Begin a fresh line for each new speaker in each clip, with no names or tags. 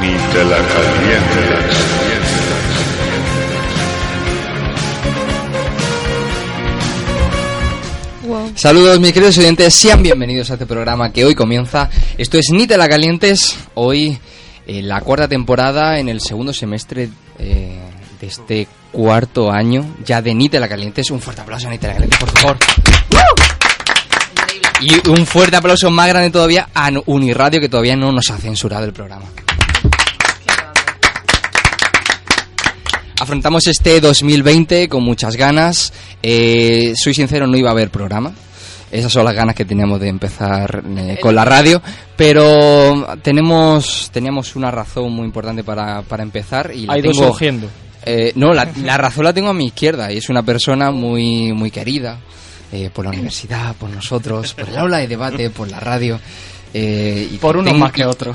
Ni te la calientes.
Wow.
Saludos mis queridos oyentes, sean bienvenidos a este programa que hoy comienza. Esto es Ni te la calientes, hoy eh, la cuarta temporada en el segundo semestre eh, de este cuarto año ya de Ni te la calientes. Un fuerte aplauso a Ni te la calientes, por favor. Y un fuerte aplauso más grande todavía a Uniradio que todavía no nos ha censurado el programa. Afrontamos este 2020 con muchas ganas. Eh, soy sincero, no iba a haber programa. Esas son las ganas que teníamos de empezar eh, con la radio. Pero tenemos, teníamos una razón muy importante para, para empezar. Y la
Hay dos
tengo-
surgiendo.
eh, no, la, la razón la tengo a mi izquierda y es una persona muy, muy querida eh, por la universidad, por nosotros, por el aula de debate, por la radio. eh, y
Por uno
tengo-
más que otro.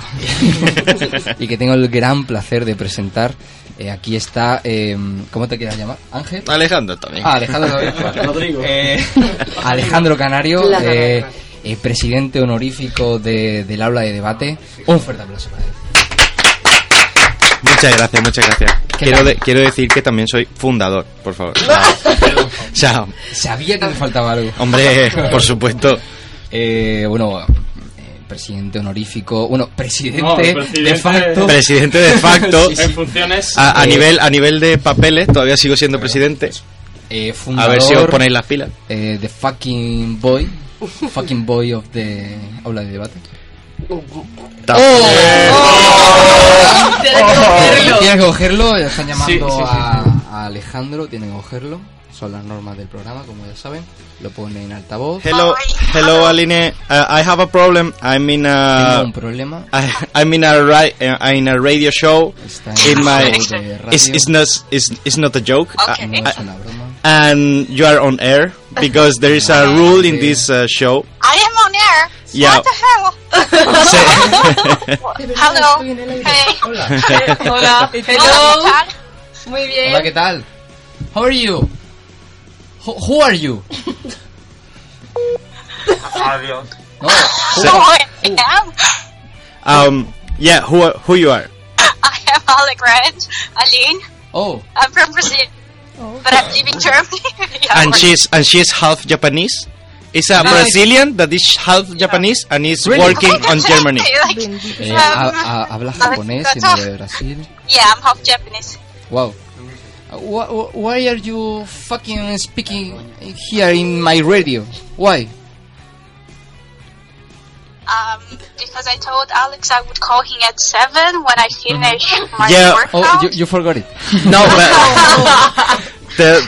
y que tengo el gran placer de presentar. Eh, aquí está, eh, ¿cómo te quieras llamar? Ángel.
Alejandro también.
Ah, Alejandro, Eh, Alejandro Canario,
La
eh,
Canario.
eh, presidente honorífico de- del aula de debate. Un fuerte aplauso para él.
Muchas gracias, muchas gracias.
¿Qué
Quiero,
tal?
de- quiero decir que también soy fundador, por favor. O sea,
Sabía que me faltaba algo.
hombre, por supuesto.
Eh, bueno, eh, presidente honorífico, bueno, presidente,
No, presidente-
de facto.
Presidente de facto.
Sí, sí.
En funciones.
A, a
Eh,
nivel, a nivel de papeles, todavía sigo siendo presidente.
pues,
eh,
A
fundador,
ver si os ponéis las pilas.
eh, The fucking boy. Fucking boy of the aula de debate. Oh,
Ta-
Eh, Tiene que cogerlo, ya están llamando
Oh. Sí, sí, sí.
A, a Alejandro, tiene que cogerlo. Son las normas del programa, como ya saben. Lo pone en altavoz.
Hello, hello, Aline. Uh, I have a problem. I'm in
Tengo
a,
un problema.
I, I'm in a, ri- uh, in a radio show.
Está en
In my,
altavoz de radio.
it's, it's not, it's, it's not a joke. I-
Okay.
No
I-
es una broma. Ah,
and you are on air because there is a rule in this uh, show.
I am on air.
Yeah.
What the hell?
Se-
Hello. Hey.
Hola.
Hola.
Hello.
Hello. Muy bien.
Hola, ¿qué tal? How are you? Who, who are you? No, who-
Oh, I am.
um, yeah, who are, who you are?
I am Alec Rand. Aline.
oh,
I'm from Brazil. But I live in Germany. yeah,
And she's and she's half Japanese. It's a Brazilian that is half Japanese and is
Really?
working on Germany.
Like,
eh,
um,
ha- ha- habla japonés en
Maricota.
de Brasil.
yeah, I'm half Japanese.
Wow. Why, why are you fucking speaking here in my radio? Why?
Um, because I told Alex I would call him at 7 when I finish my
Mm-hmm. Yeah.
workout.
Oh, you, you forgot it.
No, but the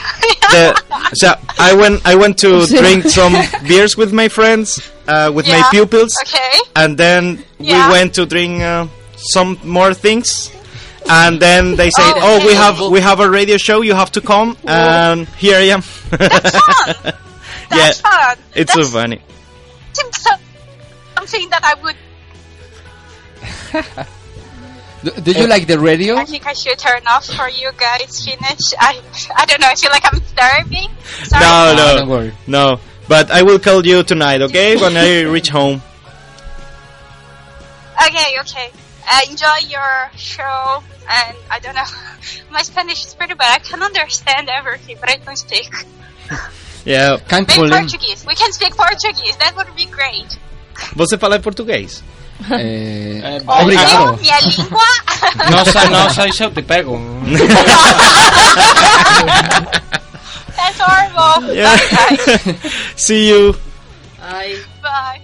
the so I went I went to drink some beers with my friends, uh, with my
Yeah,
pupils,
Okay.
and then
Yeah.
we went to drink uh, some more things and then they said oh, we have we have a radio show you have to come and here i am yeah
That's fun.
it's so
That's
funny
something that I would.
Do, do you
Eh.
like the radio?
I think I should turn off for you guys finish. I I don't know. I feel like I'm disturbing. Sorry.
No,
no no
don't worry.
no but i will call you tonight okay when i reach home
Okay, okay. Uh, enjoy your show. And I don't know. My Spanish is pretty bad. I can understand everything, but I don't speak.
yeah
Can't
Maybe
call him.
Portuguese. We can speak Portuguese. That would be great.
você fala português
Eh,
Eh,
obrigado.
Minha língua.
No, sa- no soy yo, te pego.
That's horrible.
Yeah.
Bye, guys.
See you.
Ay,
Bye.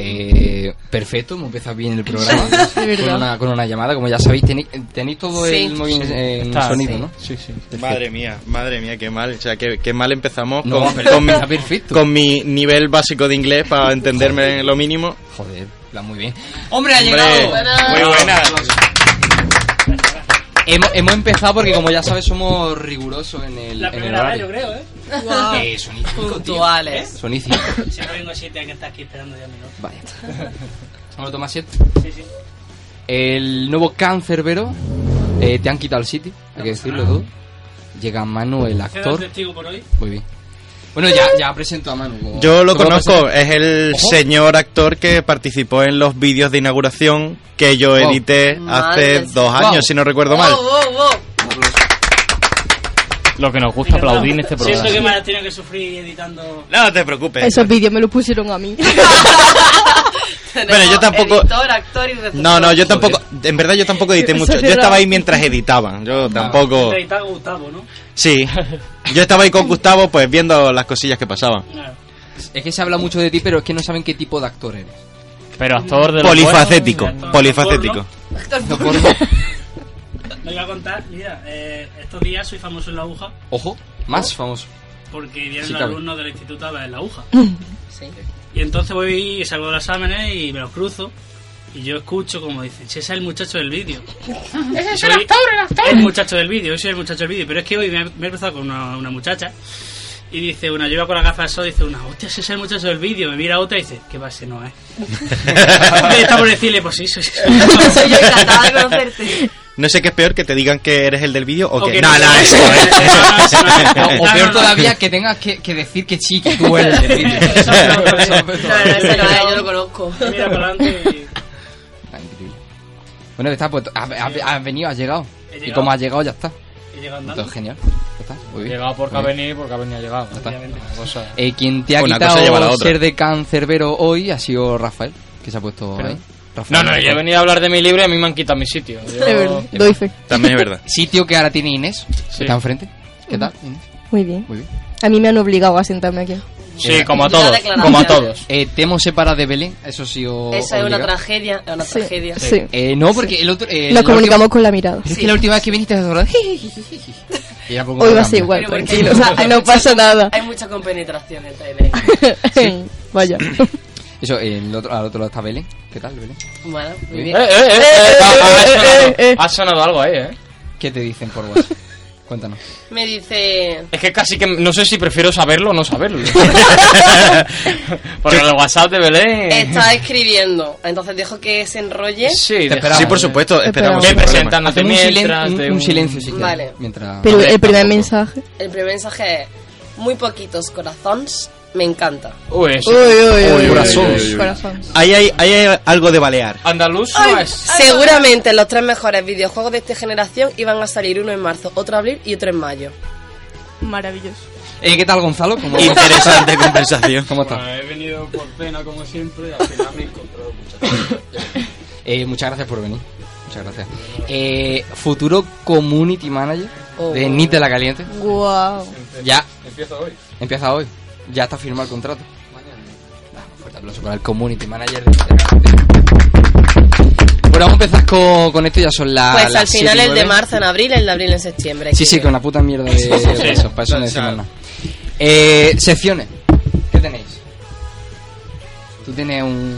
Eh, perfecto, hemos empezado bien el programa
de
con,
verdad.
una, con una llamada. Como ya sabéis, tenéis, tenéis todo
Sí.
el móvil en
Está-
sonido,
sí,
¿no?
Sí, sí.
Madre mía, madre mía, qué mal. O sea, qué, qué mal empezamos
No,
con,
pero
con mi,
está perfecto.
con mi nivel básico de inglés para entenderme lo mínimo.
Joder, en plan, muy bien.
Hombre, ha
Hombre,
llegado.
muy buena.
Hemos, hemos empezado porque, como ya sabes, somos rigurosos en el, en el horario.
creo, ¿eh?
Wow.
Eh, son y cinco, tío.
Puntuales.
Son y cinco.
¿Eh? Si no vengo siete, que estás aquí esperando ya minutos.
Vaya. ¿No lo tomas siete?
Sí, sí.
El nuevo cancerbero. Eh, te han quitado el City, hay que decirlo todo. Llega Manu, el
Cedo al
actor.
testigo por hoy.
Muy bien. Bueno, ya, ya presento a Manu. como-
Yo lo
¿Cómo
conozco,
presento?
es el
Ojo.
señor actor que participó en los vídeos de inauguración que yo
Wow.
edité
Madre
hace dos
Wow.
años, si no recuerdo mal.
Wow, wow, wow.
Lo que nos gusta aplaudir en este
Si es
programa.
lo que más has tenido que sufrir editando.
No te preocupes.
Esos vídeos me los pusieron a mí.
Tenemos
yo tampoco-
Editor, actor y receptor.
No, no, yo tampoco, en verdad yo tampoco edité mucho. Yo estaba ahí mientras editaban,
Ah.
yo tampoco.
Te editaba Gustavo, ¿no?
Sí, yo estaba ahí con Gustavo pues viendo las cosillas que pasaban.
Claro.
Es que se habla mucho de ti, pero es que no saben qué tipo de actor eres.
Pero actor de los
Polifacético,
bueno,
polifacético.
No porno.
Lo iba a contar, mira, eh, estos días soy famoso en la aguja
Ojo, más famoso.
porque vienen
Sí,
los
cabe.
alumnos del instituto a ver la aguja.
Sí.
Y entonces voy y salgo de los exámenes y me los cruzo. Y yo escucho como dicen, si ese es el muchacho del vídeo. Ese es el actor, el actor. El muchacho del vídeo, ese es el muchacho del vídeo. Pero es que hoy me, he- me he cruzado con una, una muchacha y dice una, yo iba con las gafas de sol, dice una, hostia, ese es el muchacho del vídeo. Me mira otra y dice, ¿qué pasa? No es. Eh. Está por decirle, pues sí, soy
Soy yo encantada de conocerte.
No sé qué es peor que te digan que eres el del vídeo o
O
que
que
no,
no.
no, eso eh. es.
No,
O,
no,
o
no,
peor
no.
todavía, que tengas que, que decir que sí, que tú eres. el vídeo.
Eso es peor,
Eso es
No, no,
peor.
ese no es, yo lo conozco.
Mira para adelante.
Ah, increíble. Bueno, está, pues has, has- has venido, has llegado.
He
Y
llegado.
como has llegado, ya está.
Y llega andando.
Entonces, genial. Ya está, muy bien.
Llegado porque ha
Muy bien.
venido, porque ha venido llegado.
está.
Una cosa-
Eh, quien te ha
Una cosa lleva a la
quitado
otra.
ser de cancerbero hoy ha sido Rafael, que se ha puesto
Pero-
ahí.
No,
Rafael,
no, yo he
Rafael.
venido a hablar de mi libro y a mí me han quitado mi sitio. Yo-
De verdad, doy fe.
También es verdad.
Sitio que ahora tiene Inés, que
Sí.
está enfrente. ¿Qué tal, Inés?
Muy bien.
Muy bien.
A mí me han obligado a sentarme aquí.
Sí, como a
Yo la
todos.
declaración.
Como a todos.
Eh, te hemos separado de Belén, eso sí o
Esa es una
Oh, obligado.
tragedia, es una
Sí,
tragedia.
sí.
Eh, no, porque el otro... eh, la
Nos comunicamos
última-
con la mirada.
Es que la última vez que viniste a acordás. Y era poco
Hoy va a ser
cambio.
igual,
Pero porque-
tranquilo. No pasa nada.
Hay mucha compenetración entre Belén.
Vaya.
Eso, eh, el otro, al otro lado está Belén. ¿Qué tal, Belén?
Bueno, muy
Eh,
bien.
eh, eh, eh, eh, ha- ha sonado-
eh, eh.
Ha sonado algo ahí, eh.
¿Qué te dicen por WhatsApp? Cuéntanos.
Me dice.
Es que casi que no sé si prefiero saberlo o no saberlo. Porque el WhatsApp de Belén.
Está escribiendo. Entonces dejo que se enrolle.
Sí,
Te
deja-
esperamos.
Sí, por supuesto,
Esperamos.
esperamos.
Ve
sin problema.
presentándote
Hacemos un, silen-
mientras,
un-
de
un silencio, si quieres.
Vale.
Mientras...
Pero
Hombre,
el primer
tampoco.
mensaje.
El primer mensaje es: Muy poquitos corazones. Me encanta.
Uy, es-
uy, uy,
Corazón.
uy, uy.
Corazón.
Ahí hay, ahí hay algo de balear.
Andaluz no es.
Seguramente los tres mejores videojuegos de esta generación iban a salir uno en marzo, otro en abril y otro en mayo.
Maravilloso.
Eh, ¿Qué tal, Gonzalo? ¿Cómo,
Interesante conversación.
¿Cómo estás?
he venido por pena como siempre, al final me he encontrado
Eh, muchas gracias por venir. Muchas gracias. Eh, futuro community manager
Oh.
de Nite la Caliente.
Guau.
Ya
Empiezo hoy.
empieza hoy. Ya está firmado el contrato. Damos un fuerte aplauso para el community manager de Nite la Caliente. Bueno, vamos a empezar con, con esto. Ya son las.
Pues al
las
final
siete y
el de
nueve.
marzo en abril, el de abril en septiembre.
Sí, sí, con la puta mierda de de eso, para eso no decimos nada. Eh, secciones. ¿Qué tenéis? Tú tienes un...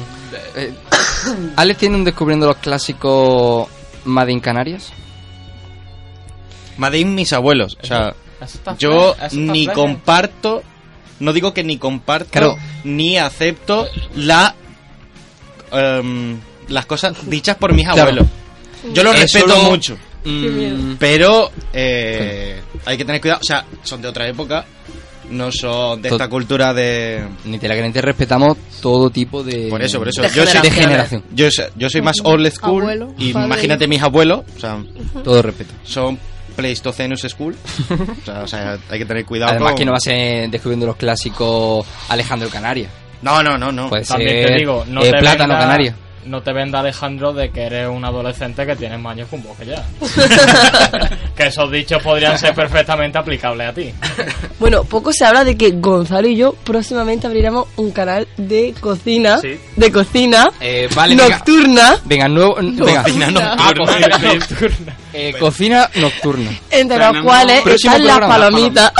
eh, Alex tiene un Descubriendo los Clásicos Made in Canarias.
Madín, mis abuelos. O sea, yo ni comparto, no digo que ni comparto,
Claro.
ni acepto la, em, las cosas dichas por mis
Claro.
abuelos. Yo los
Eso
respeto
lo-
mucho,
Mm,
pero eh, hay que tener cuidado. O sea, son de otra época, no son de
Tot-
esta cultura de...
ni te la creyente, respetamos todo tipo de...
Por eso, por eso.
De
Yo soy,
De
generaciones.
generación.
yo, soy- yo soy más old school.
Abuelo,
y
padre.
imagínate mis abuelos, o sea,
Todo respeto.
son Pleistocenus School. O sea, o sea, hay que tener cuidado.
Además
con-
que no va a ser Descubriendo los Clásicos Alejandro Canarias.
No, no, no, no.
Puede
También
ser
te digo, no
eh,
te
Plátano
venga-
Canario.
no te venda Alejandro de que eres un adolescente que tienes más años que un bosque ya. que esos dichos podrían ser perfectamente aplicables a ti.
Bueno, poco se habla de que Gonzalo y yo próximamente abriremos un canal de cocina. De cocina.
Eh, vale,
nocturna.
Venga, nuevo, venga.
Cocina nocturna.
Ah, cocina nocturna. Eh, cocina nocturna.
Entre
Pero
los
no-
cuales
Próximo
están las
programa,
palomitas.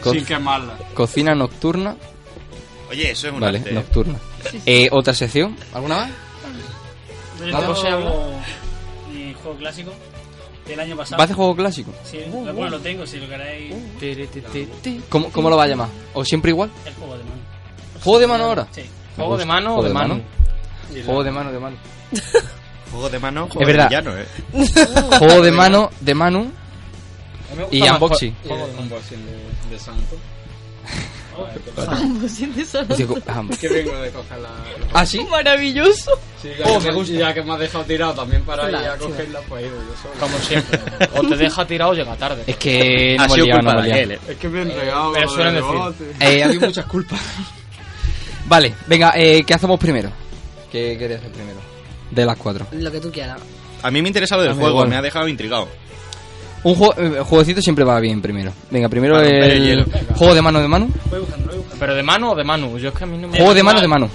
Co-
Sin quemarla.
Cocina nocturna.
Oye, eso es un
Vale,
arte.
nocturna. Eh, Otra sección. ¿Alguna más?
Yo tengo mi juego clásico del año pasado.
¿Va a hacer juego clásico?
Sí, lo- bueno, lo tengo, si lo queréis.
¿Cómo, ¿Cómo lo va a llamar? ¿O siempre igual?
El juego de mano.
¿Juego de mano ahora?
Sí.
Me
¿Juego
gusta.
de mano o de mano?
Juego de mano, de mano.
Juego de eh. mano,
Es verdad. Juego de mano, de Manu. Y unboxing.
Y el unboxing de, de Santo. A ver, ¿qué pasa?
Unboxing de Santo.
Digo, ah,
Que vengo de coger la.
¿Ah, sí?
Maravilloso.
Sí,
Oh,
que-
me gusta.
Ya que me has dejado tirado también para
Hola,
ir a
chica.
cogerla, pues he ido yo solo.
Como siempre. O te deja tirado o llega tarde.
Es que no Ha me sido liaba, culpa no me de liaba. él, eh.
Es que me he enredado.
Pero
con
suelen
el
decir.
bote.
Eh, ha habido muchas culpas. Vale, venga, eh, ¿qué hacemos primero? ¿Qué queréis hacer primero? De las cuatro.
Lo que tú quieras.
A mí me interesa lo del
A mí
juego,
igual.
me ha dejado intrigado.
Un juego, eh, jueguecito siempre va bien primero. Venga, primero
Para romper el
el,
hielo.
juego de mano de mano.
¿Pero de mano o de mano? Yo es que a mí no me
Juego de mano de mano.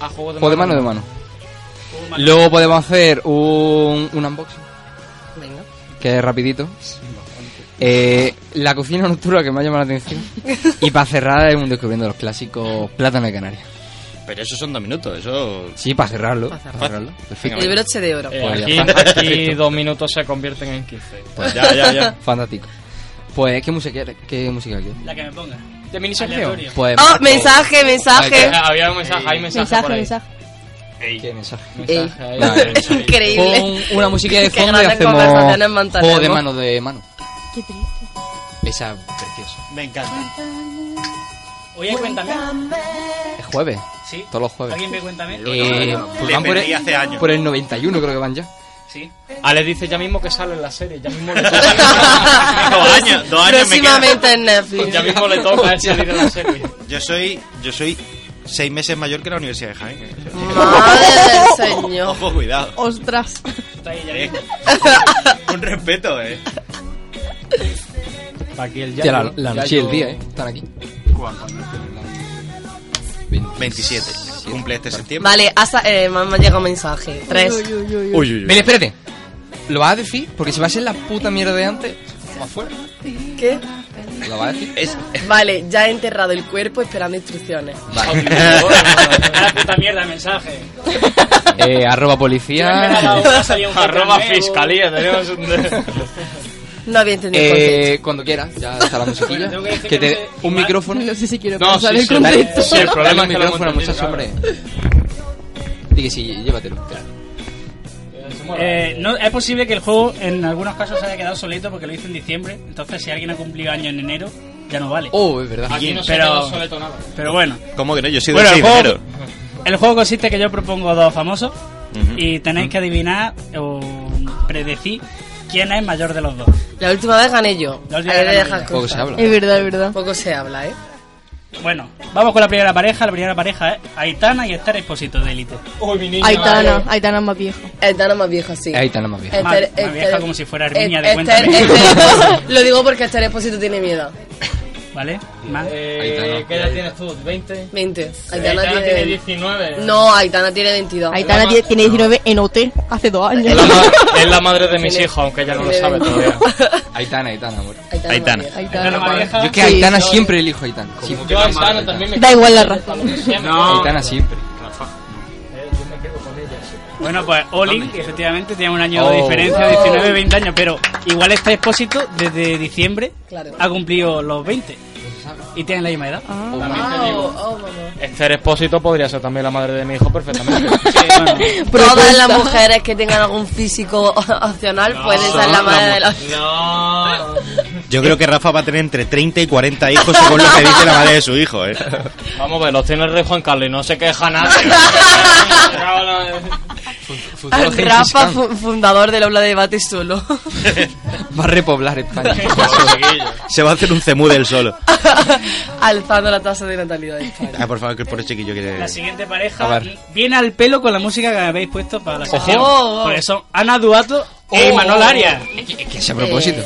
Ah, juego de
Juego de
mano.
mano de mano. Luego podemos hacer un, un unboxing,
Venga.
que es rapidito. Eh, la cocina nocturna que me ha llamado la atención. Y para cerrar es un descubriendo los clásicos plátano de Canarias.
Pero esos son dos minutos, eso.
Sí, para cerrarlo.
Para cerrarlo.
para cerrarlo. Perfecto.
El broche de oro.
Eh,
Pues ya
aquí
está.
aquí
Perfecto.
dos minutos se convierten en 15.
Pues Fantástico. Pues, ¿qué música, qué música quieres?
La que me ponga.
¿De minisaqueo?
Aleatorio.
Pues,
Ah, mensaje, mensaje.
Ah, Había un mensaje, hay mensaje. por ahí.
¿Qué mensaje?
Ey.
Mensaje,
Nada,
ahí, ahí.
Increíble.
Pon una música de
Qué
fondo y
grandes
hacemos
conversaciones mantenemos.
juego de mano de mano.
Qué triste.
Esa preciosa.
Me encanta. Oye, cuéntame.
Es jueves.
Sí.
Todos los jueves.
¿Alguien ve Cuéntame?
Eh, pues
Le
van por
pedí
el,
hace años.
por el 91 creo que van ya.
Sí.
Ale dice ya mismo que sale en la serie, ya mismo le toca.
dos años, dos años me quedan.
Próximamente en Netflix.
Ya mismo le toca a él salir en la serie.
Yo soy, yo soy seis meses mayor que la Universidad de Jaén. ¿eh?
Madre del señor.
Ojo, cuidado.
Ostras.
Eh, Un respeto, eh.
Aquí el
Tía, la, la noche y el día, ¿eh? Están aquí.
27. Cumple este septiembre.
Vale, hasta, eh, me ha llegado un mensaje. Tres.
Uy, uy, uy, uy.
Mira, espérate. ¿Lo vas a decir? Porque si va a ser la puta mierda de antes,
¿Qué?
¿lo vas a decir?
Vale, ya he enterrado el cuerpo esperando instrucciones.
la puta mierda de mensaje.
Eh, arroba
Yo me la he dado,
policía.
ha salido un
Arroba
nuevo.
fiscalía, tenemos un.
No había entendido el concepto.
Eh, cuando quieras, ya está la musiquilla.
Bueno, tengo que decir que
que te
no
un micrófono.
No sé si quiero
No,
pensar
sí,
el
sí,
contexto.
sí, el
Dale
problema es que lo hemos
micrófono, muchacho, hombre.
entendido,
Di que sí, llévatelo. espera.
Eh, no, es posible que el juego en algunos casos se haya quedado solito porque lo hice en diciembre. Entonces, si alguien ha cumplido año en enero, ya no vale.
Oh, es verdad.
Aquí no se
Pero-
quedó soleto nada.
Pero bueno.
¿Cómo que no? Yo soy
Bueno,
del
el
6 de
juego-
enero.
El juego consiste que yo propongo dos famosos y tenéis que adivinar o predecir quién es mayor de los dos.
La última vez gané yo.
La última
Ahí
vez
le
gané
dejas constancia.
yo.
Poco se habla.
Es verdad, es verdad.
Poco se habla, ¿eh?
Bueno, vamos con la primera pareja. La primera pareja es Aitana y Esther Expósito de Elite.
Uy, mi niña.
Aitana, Aitana es más vieja.
Aitana más vieja, sí.
Ahí está la más vieja.
Esther-
Más- más
Esther-
vieja como si fuera Herminia de
Esther-
Cuéntame.
Esther Expósito. Lo digo porque Esther Esposito tiene miedo.
¿Vale? Más.
Eh, ¿Qué edad tienes tú? ¿20?
20. Aitana,
Aitana
tiene...
tiene 19.
No, Aitana tiene 22.
Aitana tie- tiene 19 en OT hace dos años.
Es la, ma- es la madre de mis hijos, aunque ella no lo sabe todavía.
Aitana, Aitana, amor.
Aitana. más
Aitana.
vieja.
Aitana,
más vieja.
Yo es que
Sí.
Aitana siempre elijo Aitana. Sí,
Yo a Aitana también me
Da igual la razón.
No.
Aitana siempre.
Bueno, pues Oli, que efectivamente tiene un año de
Oh.
diferencia, 19, 20 años, pero igual Esther Expósito desde diciembre
Claro.
ha cumplido los 20 y tiene la misma edad.
Wow, oh, mamá.
Este
Esther Expósito podría ser también la madre de mi hijo perfectamente. Pues,
Todas las mujeres que tengan algún físico opcional pueden ser la madre de los...
No.
Yo creo que Rafa va a tener entre 30 y 40 hijos según lo que dice la madre de su hijo, ¿eh?
pues, Vamos a ver, los tiene el rey Juan Carlos y no se queja nadie.
Al Rafa, fu- fundador del aula de debate solo.
Va a repoblar España.
Se va a hacer un cemudel solo.
Alzando la tasa de natalidad de España.
Ah, por favor, que el pobre chiquillo quiere...
La siguiente pareja
A ver.
viene al pelo con la música que habéis puesto para la
Ojo.
sección.
Oh, oh.
Porque son Ana Duato
Oh,
e
oh,
Manuel
oh.
Arias.
Que es a propósito.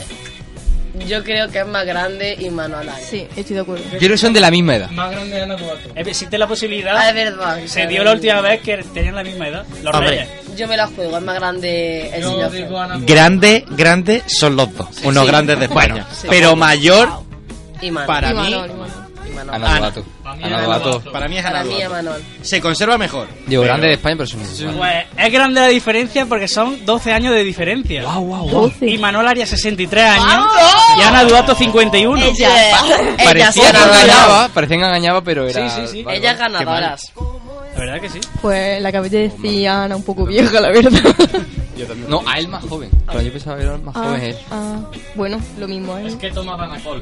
Yo creo que es más grande y Manuel Arias. Sí, estoy de acuerdo.
Yo creo que son de la misma edad.
Más grande Ana Duato. Existe la posibilidad.
Ah, es verdad.
Se dio la última vez que Eh, tenían la misma edad. Los
Hombre.
reyes.
Yo me la juego, es más grande el señor. Fran.
Grande, grande son los dos. Unos
sí.
grandes de España.
Bueno, sí.
Pero mayor...
Y Manuel.
Para
Y
mí-
Manuel, y Manuel.
Ana Duato. Ana Duato.
Para mí es
Para
Ana
mí es
Duato.
Manuel.
Se conserva mejor.
Digo, grande de España, pero son iguales.
Pues es grande la diferencia porque son 12 años de diferencia. Y Manuel Arias 63 años y Ana Duato 51.
Ella,
Parecía
ella sí
que
es ganadora.
engañaba, parecía que engañaba, pero era...
Sí, sí, sí.
Vale,
Ellas
vale.
ganadoras.
La verdad que sí.
Pues la que decía Ana un poco vieja, la verdad.
No, a él más joven. Pero yo pensaba que era el más
Ah,
joven él.
ah, bueno, lo mismo ¿eh?
Es que toma Banacol.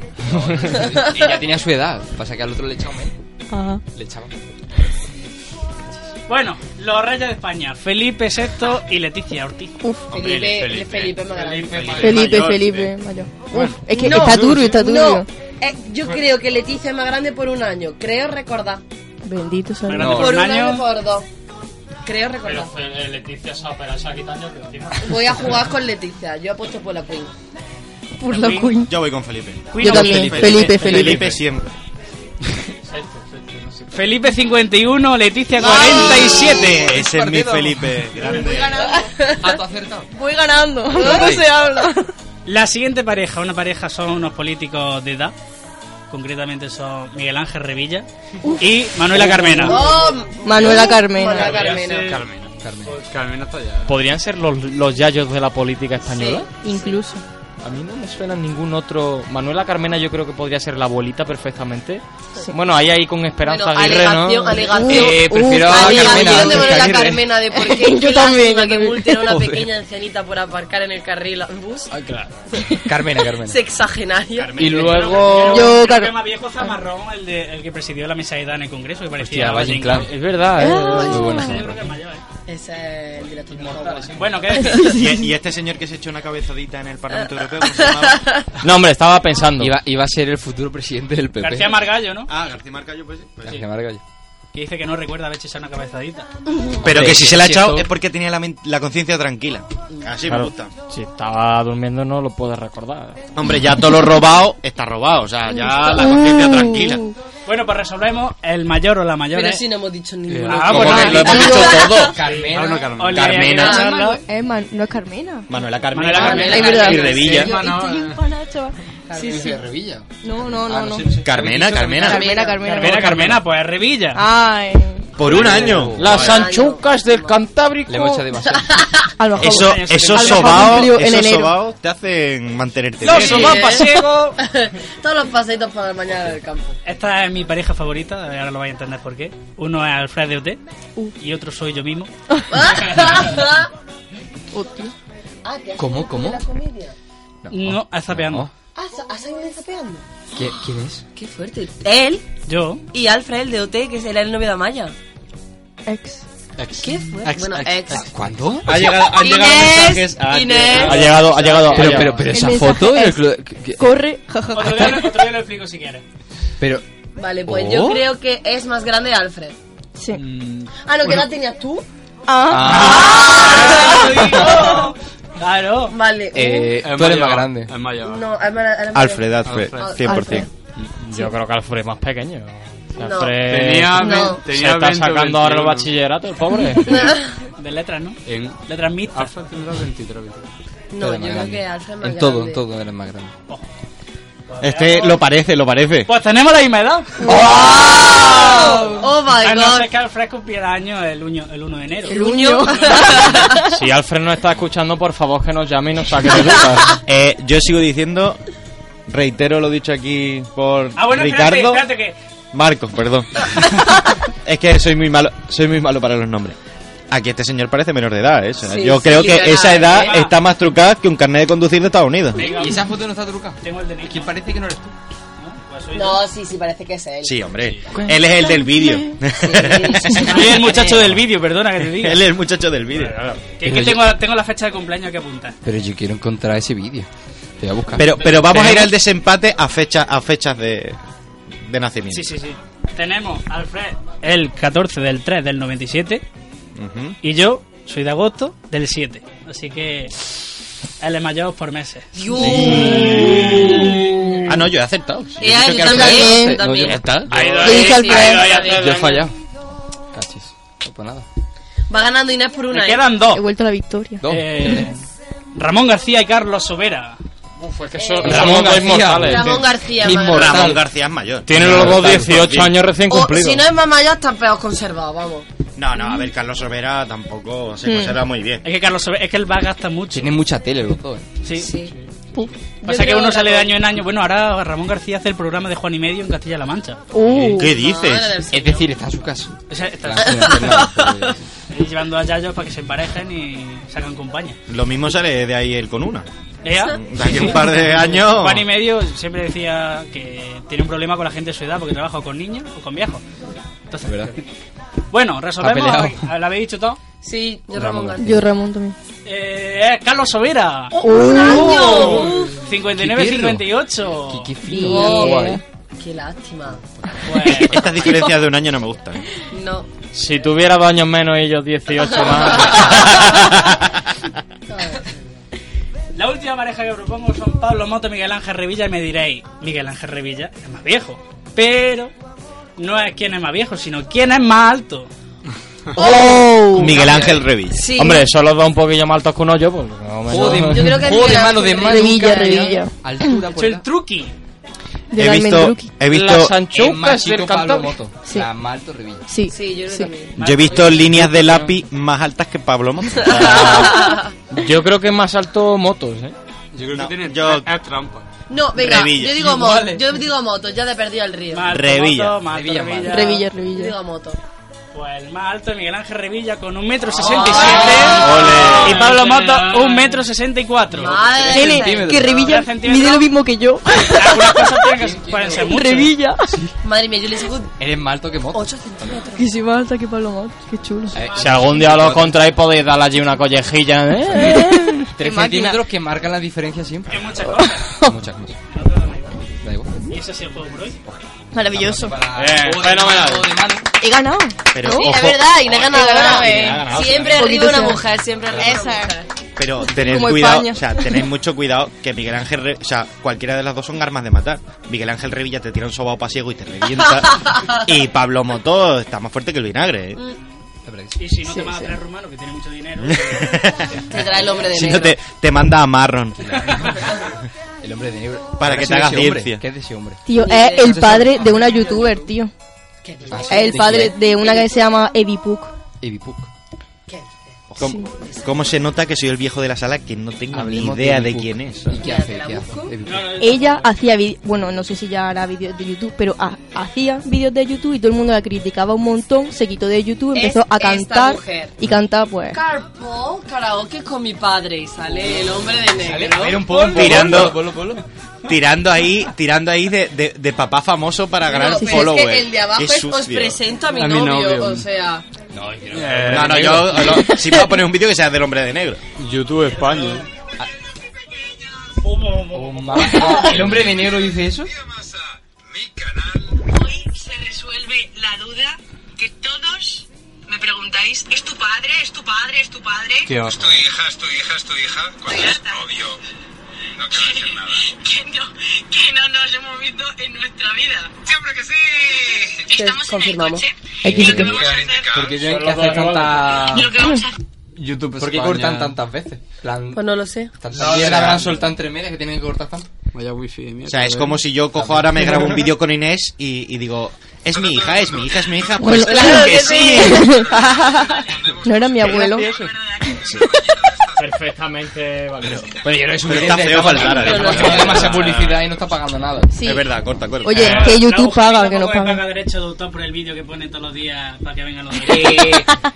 y ya tenía su edad. Pasa que al otro le echaba menos.
Ajá.
Le echaba menos.
Bueno, los reyes de España, Felipe VI y Leticia Ortiz.
Uf.
Felipe, Felipe, Felipe, es más grande.
Felipe, Felipe, mayor. Uf, es que está duro, está duro.
No, eh, yo creo que Leticia es más grande por un año. Creo recordar.
Bendito sea el
Grande
Señor.
Por
por
un
un año.
año por dos. Creo
Pero
recordar.
fue- eh, Leticia se ha operado, se ha quitado años de encima.
Voy a jugar con Leticia. Yo apuesto por la Queen.
Por la Queen.
Yo voy con Felipe.
Yo también, Felipe, Felipe.
Felipe siempre.
Felipe 51, Leticia 47.
Ese es mi Felipe. Grande.
Ah, tú acertado.
Voy ganando. No
Ahí.
se habla.
La siguiente pareja, una pareja son unos políticos de edad. Concretamente son Miguel Ángel Revilla y Manuela Carmena.
Oh,
Manuela Carmena.
Manuela Carmena.
Carmena.
Carmen.
Carmen Pues está ya.
¿Podrían ser los, los yayos de la política española?
Incluso.
A mí no me suena ningún otro. Manuela Carmena, yo creo que podría ser la abuelita perfectamente. Bueno, ahí ahí con Esperanza
Bueno,
Aguirre,
alegación,
¿no?
alegación. Uh,
Eh, prefiero a
Alegación
Carmena.
de
antes que
Manuela
Aguirre.
Carmena de por qué
Yo también,
qué
yo
lástima que
también.
multen a una
Joder.
pequeña ancianita por aparcar en el carril al bus.
Ah,
claro.
Carmena, Carmena.
Sexagenaria.
Y luego.
Yo, creo que más viejo Zamarrón, el, de- el que presidió la mesa de edad en el Congreso, que parecía
Hostia, Valle
Valle Ah,
Inclán. Es verdad, eh.
Muy bueno.
Ese es el director de Hogwarts.
¿eh? Bueno, ¿qué
Y, y este señor que se echó una cabezadita en el Parlamento Europeo, ¿cómo se llamaba?
No, hombre, estaba pensando.
Iba, iba a ser el futuro presidente del PP.
García Margallo, ¿no?
Ah, García Margallo, pues sí.
García Margallo.
Que dice que no recuerda haber echado una cabezadita.
Pero que si se la ha
Sí,
echado
esto-
es porque tenía la, men- la conciencia tranquila. Así me
Claro,
gusta.
Si estaba durmiendo, no lo puedes recordar.
Hombre, ya todo lo robado está robado. O sea, ya la
Mm.
conciencia tranquila.
Bueno, pues resolvemos el mayor o la mayor. ¿eh?
Pero
es-
si no hemos dicho ninguno.
pues
Ah,
Como
bueno,
que lo hemos
ah,
dicho
ah,
todo.
Carmena.
Ah, no, Carmena.
Ole,
Carmena.
ole,
Ah,
ole.
Manu- eh, Man- no es Carmena.
Manuela Carmena.
Manuela Carmena.
Es verdad.
Y Revilla.
Yo
Ah,
estoy empanada,
Sí, sí. Revilla.
No, no, no, no.
Carmena, Carmena.
Carmena, Carmena.
Carmena, Carmena, pues Revilla.
Ah.
Ay.
Por un año.
Las anchucas del Cantábrico.
Le hemos echado demasiado.
A lo mejor.
Eso,
A lo
esos
mejor
sobaos,
cumplió en
esos
enero.
sobaos te hacen mantenerte
Los
bien.
sobaos pasiegos.
Todos los paseitos para mañana del campo.
Esta es mi pareja favorita, ahora lo vais a entender por qué. Uno es Alfred de Oté
Uh.
y otro soy yo mismo.
Hostia.
Ah, ¿qué haces
¿Cómo,
con
cómo?
la comedia?
No, está peando.
Ah, ¿ha salido de zapeando?
¿Qui- ¿Quién es?
Qué fuerte. Él
Yo.
y Alfred, el de OT, que será el novio de Amaya.
Ex.
Qué fuerte. bueno, ex.
¿Cuándo?
Ha llegado, han llegado
Inés,
mensajes. ah,
Inés.
Ha llegado, ha llegado.
Pero, pero,
ha llegado.
pero
El
esa
mensaje
foto.
es-
el clu- que- que-
Corre, jajaja.
Otro día, lo- otro día lo explico si quieres.
Pero.
Vale, pues yo
Oh.
creo que es más grande Alfred.
Sí. Ah.
Ah, no, que la tenías tú.
Claro.
Vale.
Eh,
Es
tú eres más
mayor,
grande.
Es mayor.
Uh, no, es más- es más-
Alfred, Alfred,
Alfred.
100%.
Yo creo que Alfred es más pequeño.
No.
Alfred
Tenía, ve-
No.
se
tenía
está
20,
sacando ahora el
21.
bachillerato, el pobre.
De letras, ¿no?
En
Letras mixtas.
Alfa tendrá 23. 24.
No,
Tú
yo
eres
creo
más
que
grande.
Alfred es más
En todo,
grande.
en todo eres más grande.
Este lo parece, lo parece.
Pues tenemos la misma edad.
Oh my
A Ah, no
god.
ser que Alfred cumpliera año el, uño- el 1 de enero.
El uño.
Si Alfred nos está escuchando, por favor que nos llame y nos saque de dudas.
Eh, yo sigo diciendo, reitero lo dicho aquí por
Ah, bueno,
Ricardo.
espérate, espérate que...
Marcos, perdón. es que soy muy malo, soy muy malo para los nombres. Aquí este señor parece menor de edad, ¿eh? O sea,
Sí,
yo
sí,
creo que
de
esa
la-
edad
de la-
está más trucada que un carnet de conducir de Estados Unidos.
¿Y esa foto no está trucada? Tengo el Que parece que no eres tú.
No, sí, sí, parece que es él.
Sí, hombre. Él es el del vídeo.
Soy el muchacho del vídeo, perdona que te diga.
Él es el muchacho del vídeo.
Que, que tengo, tengo la fecha de cumpleaños que apuntar.
Pero yo quiero encontrar ese vídeo. Te voy a buscar.
Pero, pero vamos a ir al desempate a, fecha, a fechas de, de nacimiento.
Sí, sí, sí. Tenemos a Alfred el 14 del 3 del 97 y yo soy de agosto del 7. Así que él es mayor por meses.
Ah, no, yo he acertado. Yo
Eh,
he dicho
yo
que
también, yo
Alfredo- Ya
también.
está.
Ahí
Yo-
doy, Yo dije ahí Alfredo. doy, ahí doy,
Yo he
ahí
fallado. Cachis. No, pues nada.
Va ganando Inés por una.
Me
¿eh?
quedan dos.
He vuelto a la victoria.
Dos.
Eh, Ramón García y Carlos Sobera. Uf, es que
son- son Ramón los dos García. inmortales.
Eh, Ramón García,
Qué
madre.
inmortal.
Ramón García es mayor.
Tienen los dos 18 años recién
O,
cumplidos.
Oh, si no es mamá, ya están peor conservados, vamos.
No, no, a ver, Carlos Sobera tampoco se
Mm.
conserva muy bien.
Es que Carlos Sobera, es que él va a gastar mucho.
Tienen mucha tele los dos. eh.
Sí.
Pup.
Pasa que uno sale de año en año. Bueno, ahora Ramón García hace el programa de Juan y Medio en Castilla-La Mancha.
¿Qué dices?
Es decir, está en su casa.
O sea, está-
Claro.
Y llevando a Yayo para que se emparejen y sacan compañía.
Lo mismo sale de ahí él con una.
¿Ea?
De aquí a un par de años.
Juan y medio siempre decía que tiene un problema con la gente de su edad porque trabaja con niños o con viejos. Entonces,
¿Verdad?
bueno,
Ha
resolvemos.
peleado.
¿Lo habéis dicho todo?
Sí,
yo
Ramón Ramón García.
Yo Ramón también.
Eh, eh, Carlos Oh. Sobera.
¡Un
año!
59-58.
Qué Oh,
No, eh, qué lástima.
Oh, Estas diferencias de un año no me gustan.
No.
Si tuviera dos años menos y ellos 18 más.
La última pareja que propongo son Pablo Moto, Miguel Ángel Revilla y me diréis, Miguel Ángel Revilla es más viejo. Pero no es quién es más viejo, sino quién es más alto.
Oh. Miguel Ángel Revilla.
Sí.
Hombre, son los dos un poquillo más altos que un hoyo, pues. no, menos.
Yo creo que
Joder,
Miguel
malo Oh, de
Ángel
mal.
Revilla,
nunca,
Revilla.
ya. Altura por
Soy el truqui.
He visto, he visto,
Es más
Sanchucas
chico
del
Pablo
Cantabria.
Moto.
Sí.
O sea, más alto Revilla.
Sí.
Sí, yo creo que también.
yo he visto líneas de lápiz más altas que Pablo Moto.
Yo creo que es más alto motos, ¿eh?
Yo creo que tiene
yo-
es trampa.
No, venga,
Revilla.
yo digo moto,
Vale.
yo digo moto, ya te he perdido el río.
Más alto
Revilla.
Moto, más alto
Revilla,
Revilla,
más.
Revilla, Revilla.
Digo moto.
Pues el más alto es Miguel Ángel Revilla con 1,67m.
Ole.
y Pablo Moto 1,64m.
Madre
Nene, que Revilla mide lo mismo que yo.
Algunas cosas tienen que pueden ser mucho.
Revilla.
Madre mía, yo le sigo
Eres más alto que Moto.
8 centímetros.
Que si más alta que Pablo Motos. Qué chulo.
Si algún día los contrais podéis darle allí una collejilla, ¿eh?
Tres
máquina.
centímetros que marcan la diferencia siempre.
Hay muchas cosas.
Muchas cosas. Da igual.
Y eso es el juego por hoy.
Maravilloso.
Bien, fenomenal.
He ganado.
Ah, eh,
Oh,
Pero,
¿no?
ojo,
Es verdad, y no he ganado,
Ojo,
¿verdad?
Inés ha ganado,
Siempre
claro.
arriba una
Poquito
mujer, siempre arriba una mujer.
pero tened
Como
cuidado,
España.
o sea, tened mucho cuidado que Miguel Ángel, Re- o sea, cualquiera de las dos son armas de matar. Miguel Ángel Revilla te tira un sobao pasiego y te revienta. y Pablo Moto está más fuerte que el vinagre. ¿eh?
Y si no te vas a traer rumano, que tiene mucho dinero.
Te trae el hombre de
si
negro.
no te, te manda a Marron.
El hombre de negro.
Para
¿Qué
que
es
te hagas
ese hombre?
ciencia.
¿Qué es de ese hombre?
Tío, es el padre de una youtuber, tío.
Ah,
Es
sí,
el
¿de
padre
quién?
de una que se llama Evi Puck.
Evi Puck.
¿Cómo, cómo se nota que soy el viejo de la sala que no tengo
Hablemos
ni idea
de
de,
Puck.
quién es?
¿Y qué hace? ¿Qué hace? Evi Puck.
Ella hacía vídeos, bueno, no sé si ya hará vídeos de YouTube, pero ha- hacía vídeos de YouTube y todo el mundo la criticaba un montón, se quitó de YouTube,
Es
empezó a
esta
cantar
mujer.
y canta pues...
Carpo, karaoke con mi padre y sale el hombre de negro.
Era un poco tirando, tirando ahí, tirando ahí de, de- de papá famoso para ganar
No, pero
followers.
es que el de abajo
Qué
es
sucio.
os presento a mi,
A mi
novio,
novio.
o sea...
Eh, no, no, yo no, si voy a poner un vídeo que sea del hombre de negro. YouTube España.
¿El hombre de negro dice eso?
se resuelve la duda que todos me preguntáis, ¿es tu padre? ¿Es tu padre? ¿Es tu padre?
Qué
es
horror.
tu hija, es tu hija, es tu hija. Cuando es novio, no te va a decir nada. que no, que no nos hemos visto en nuestra vida. Siempre que sí. Estamos en el
Confirmamos.
coche.
¿Por qué tienen que hacer tanta...
Lo que vamos a hacer-
YouTube ¿Por qué
España.
cortan tantas veces? Plan...
Pues no lo sé.
Tanta
No,
mierda
o sea-
habrán soltado entre medias que tienen que cortar tanto.
Vaya wifi de mierda.
O sea, es como si yo cojo ahora me grabo un vídeo con Inés y, y digo, es mi hija, es mi hija, es mi hija. Pues
Bueno,
claro que sí.
no era mi abuelo.
Perfecto.
perfectamente válido.
Pero yo no he subido
Está feo faltar,
Pero
además.
no, demasiada publicidad y no está pagando nada.
Sí.
Es verdad, corta, corta.
Oye, que YouTube paga, que no
paga.
paga.
paga derecho de autor por el vídeo que pone todos los días para que vengan los
Eh,
eh,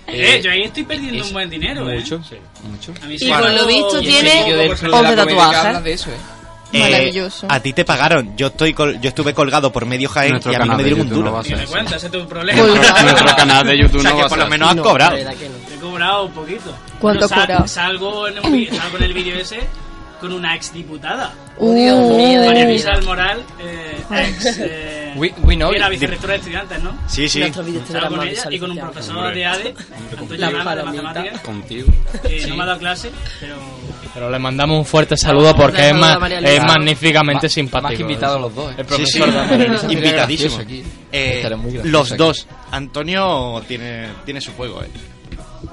eh,
yo ahí estoy perdiendo un buen dinero, ¿eh?
Mucho, mucho.
A mí
Y por lo visto
Y
tiene
ese vídeo del
11
club de la comedia
tatuajes.
habla de eso, eh.
Eh, a ti te pagaron. Yo estoy col- yo estuve colgado por medio Jaén
Nuestro
y a mí no
canal
me
de
dieron un
YouTube
duro.
no va a ser
Me cuenta, ese es tu problema.
Nuestro canal de YouTube
O sea,
no
que
va a
por
ser
lo menos
así.
has cobrado.
He cobrado un poquito.
¿Cuánto has
sal-
cobrado?
Salgo en, un vi- salgo en el vídeo ese con una ex diputada.
Uh. Dios mío, de
María
mi
Luisa
vida.
del Moral, eh,
Ah.
ex. eh,
We- we know
que era
it.
vicerrectora de estudiantes, ¿no?
Sí, sí. Nuestros vídeos te
Salgo
dan
con
más
ella y con un profesor
Hombre.
de ADE, Antonio
La
Hernández, de
palomita.
matemáticas,
Contigo.
que no me ha dado clase, pero
Pero le mandamos un fuerte saludo porque es,
saludo a
ma-
María
es
Luisa.
magníficamente
Ma-
simpático.
más que invitados los dos, eh.
El
Sí, sí,
profesor de María Luisa.
invitadísimo. Eh,
Estará muy gracioso
los
aquí.
dos. Antonio tiene, tiene su juego, eh.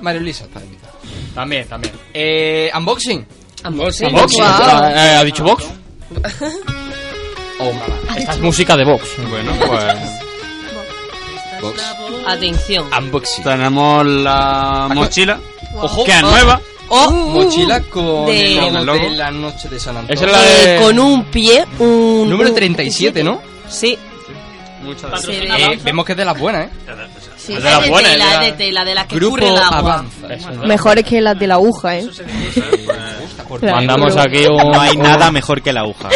Mario Lisa está invitada.
También, también.
Eh, unboxing.
Unboxing.
Unboxing.
Wow.
Ah, eh, ¿Ha dicho Vox?
Oh,
Esta es música de Vox.
Bueno, pues.
Atención.
Unboxing.
Tenemos la mochila.
Ojo.
que es nueva.
Oh,
Mochila con
de- Eh,
el
Con el
logo
logo.
de la noche de San Antonio.
Esa es la de-
Con un pie, un...
Número
un-
37, ¿no?
Sí.
Muchas
gracias.
Eh, vemos que es de las buenas, ¿eh?
Sí, es de tela, es de tela, de las que
Grupo
cubre el agua.
Avanza.
Mejores que las de la aguja, ¿eh? Claro.
Mandamos aquí un-
No hay
un-
nada mejor que la aguja.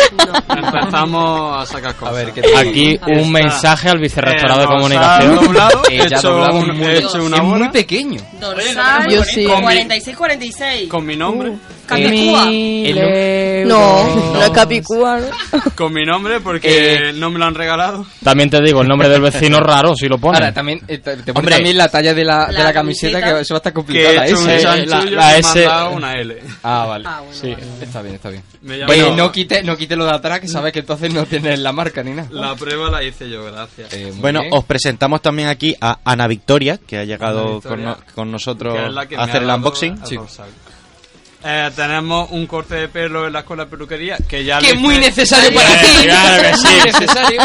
Empezamos a sacar cosas. A ver,
Aquí un mensaje al vicerrectorado de comunicación.
Doblado,
Eh, ya
hecho
doblado,
un-
muy-
he hecho una
es muy
bola.
pequeño.
Dorsal,
Yo sí. Con mi-
46, 46.
Con mi nombre.
Uh, Capicúa.
No, no es Capicúa, ¿no?
Con mi nombre porque no me lo han regalado.
También te digo, el nombre del vecino raro, si lo pones.
Ahora, también eh, te te pone
Hombre.
también la talla de la, de la
La
camiseta,
camiseta.
que eso va a estar
Que
complicado.
he hecho un
S.
chanchullo
La- la
y me
S.
han dado una L.
Ah, vale.
sí.
Está bien, está bien.
Me llamo-
Bueno, no quite, no quite lo de atrás, que sabes que entonces no tienes la marca ni nada.
La prueba la hice yo, gracias.
Bueno, os presentamos también aquí a Ana Victoria, que ha llegado
Ana
con,
Victoria,
no- con nosotros
que es la que
a
me ha
hacer el
dado
unboxing.
el dorsal. Eh, tenemos un corte de pelo en la escuela de peluquería que ya
Que
lo
es muy
hice-
necesario para
Eh,
ti.
Claro que sí.
Muy necesario.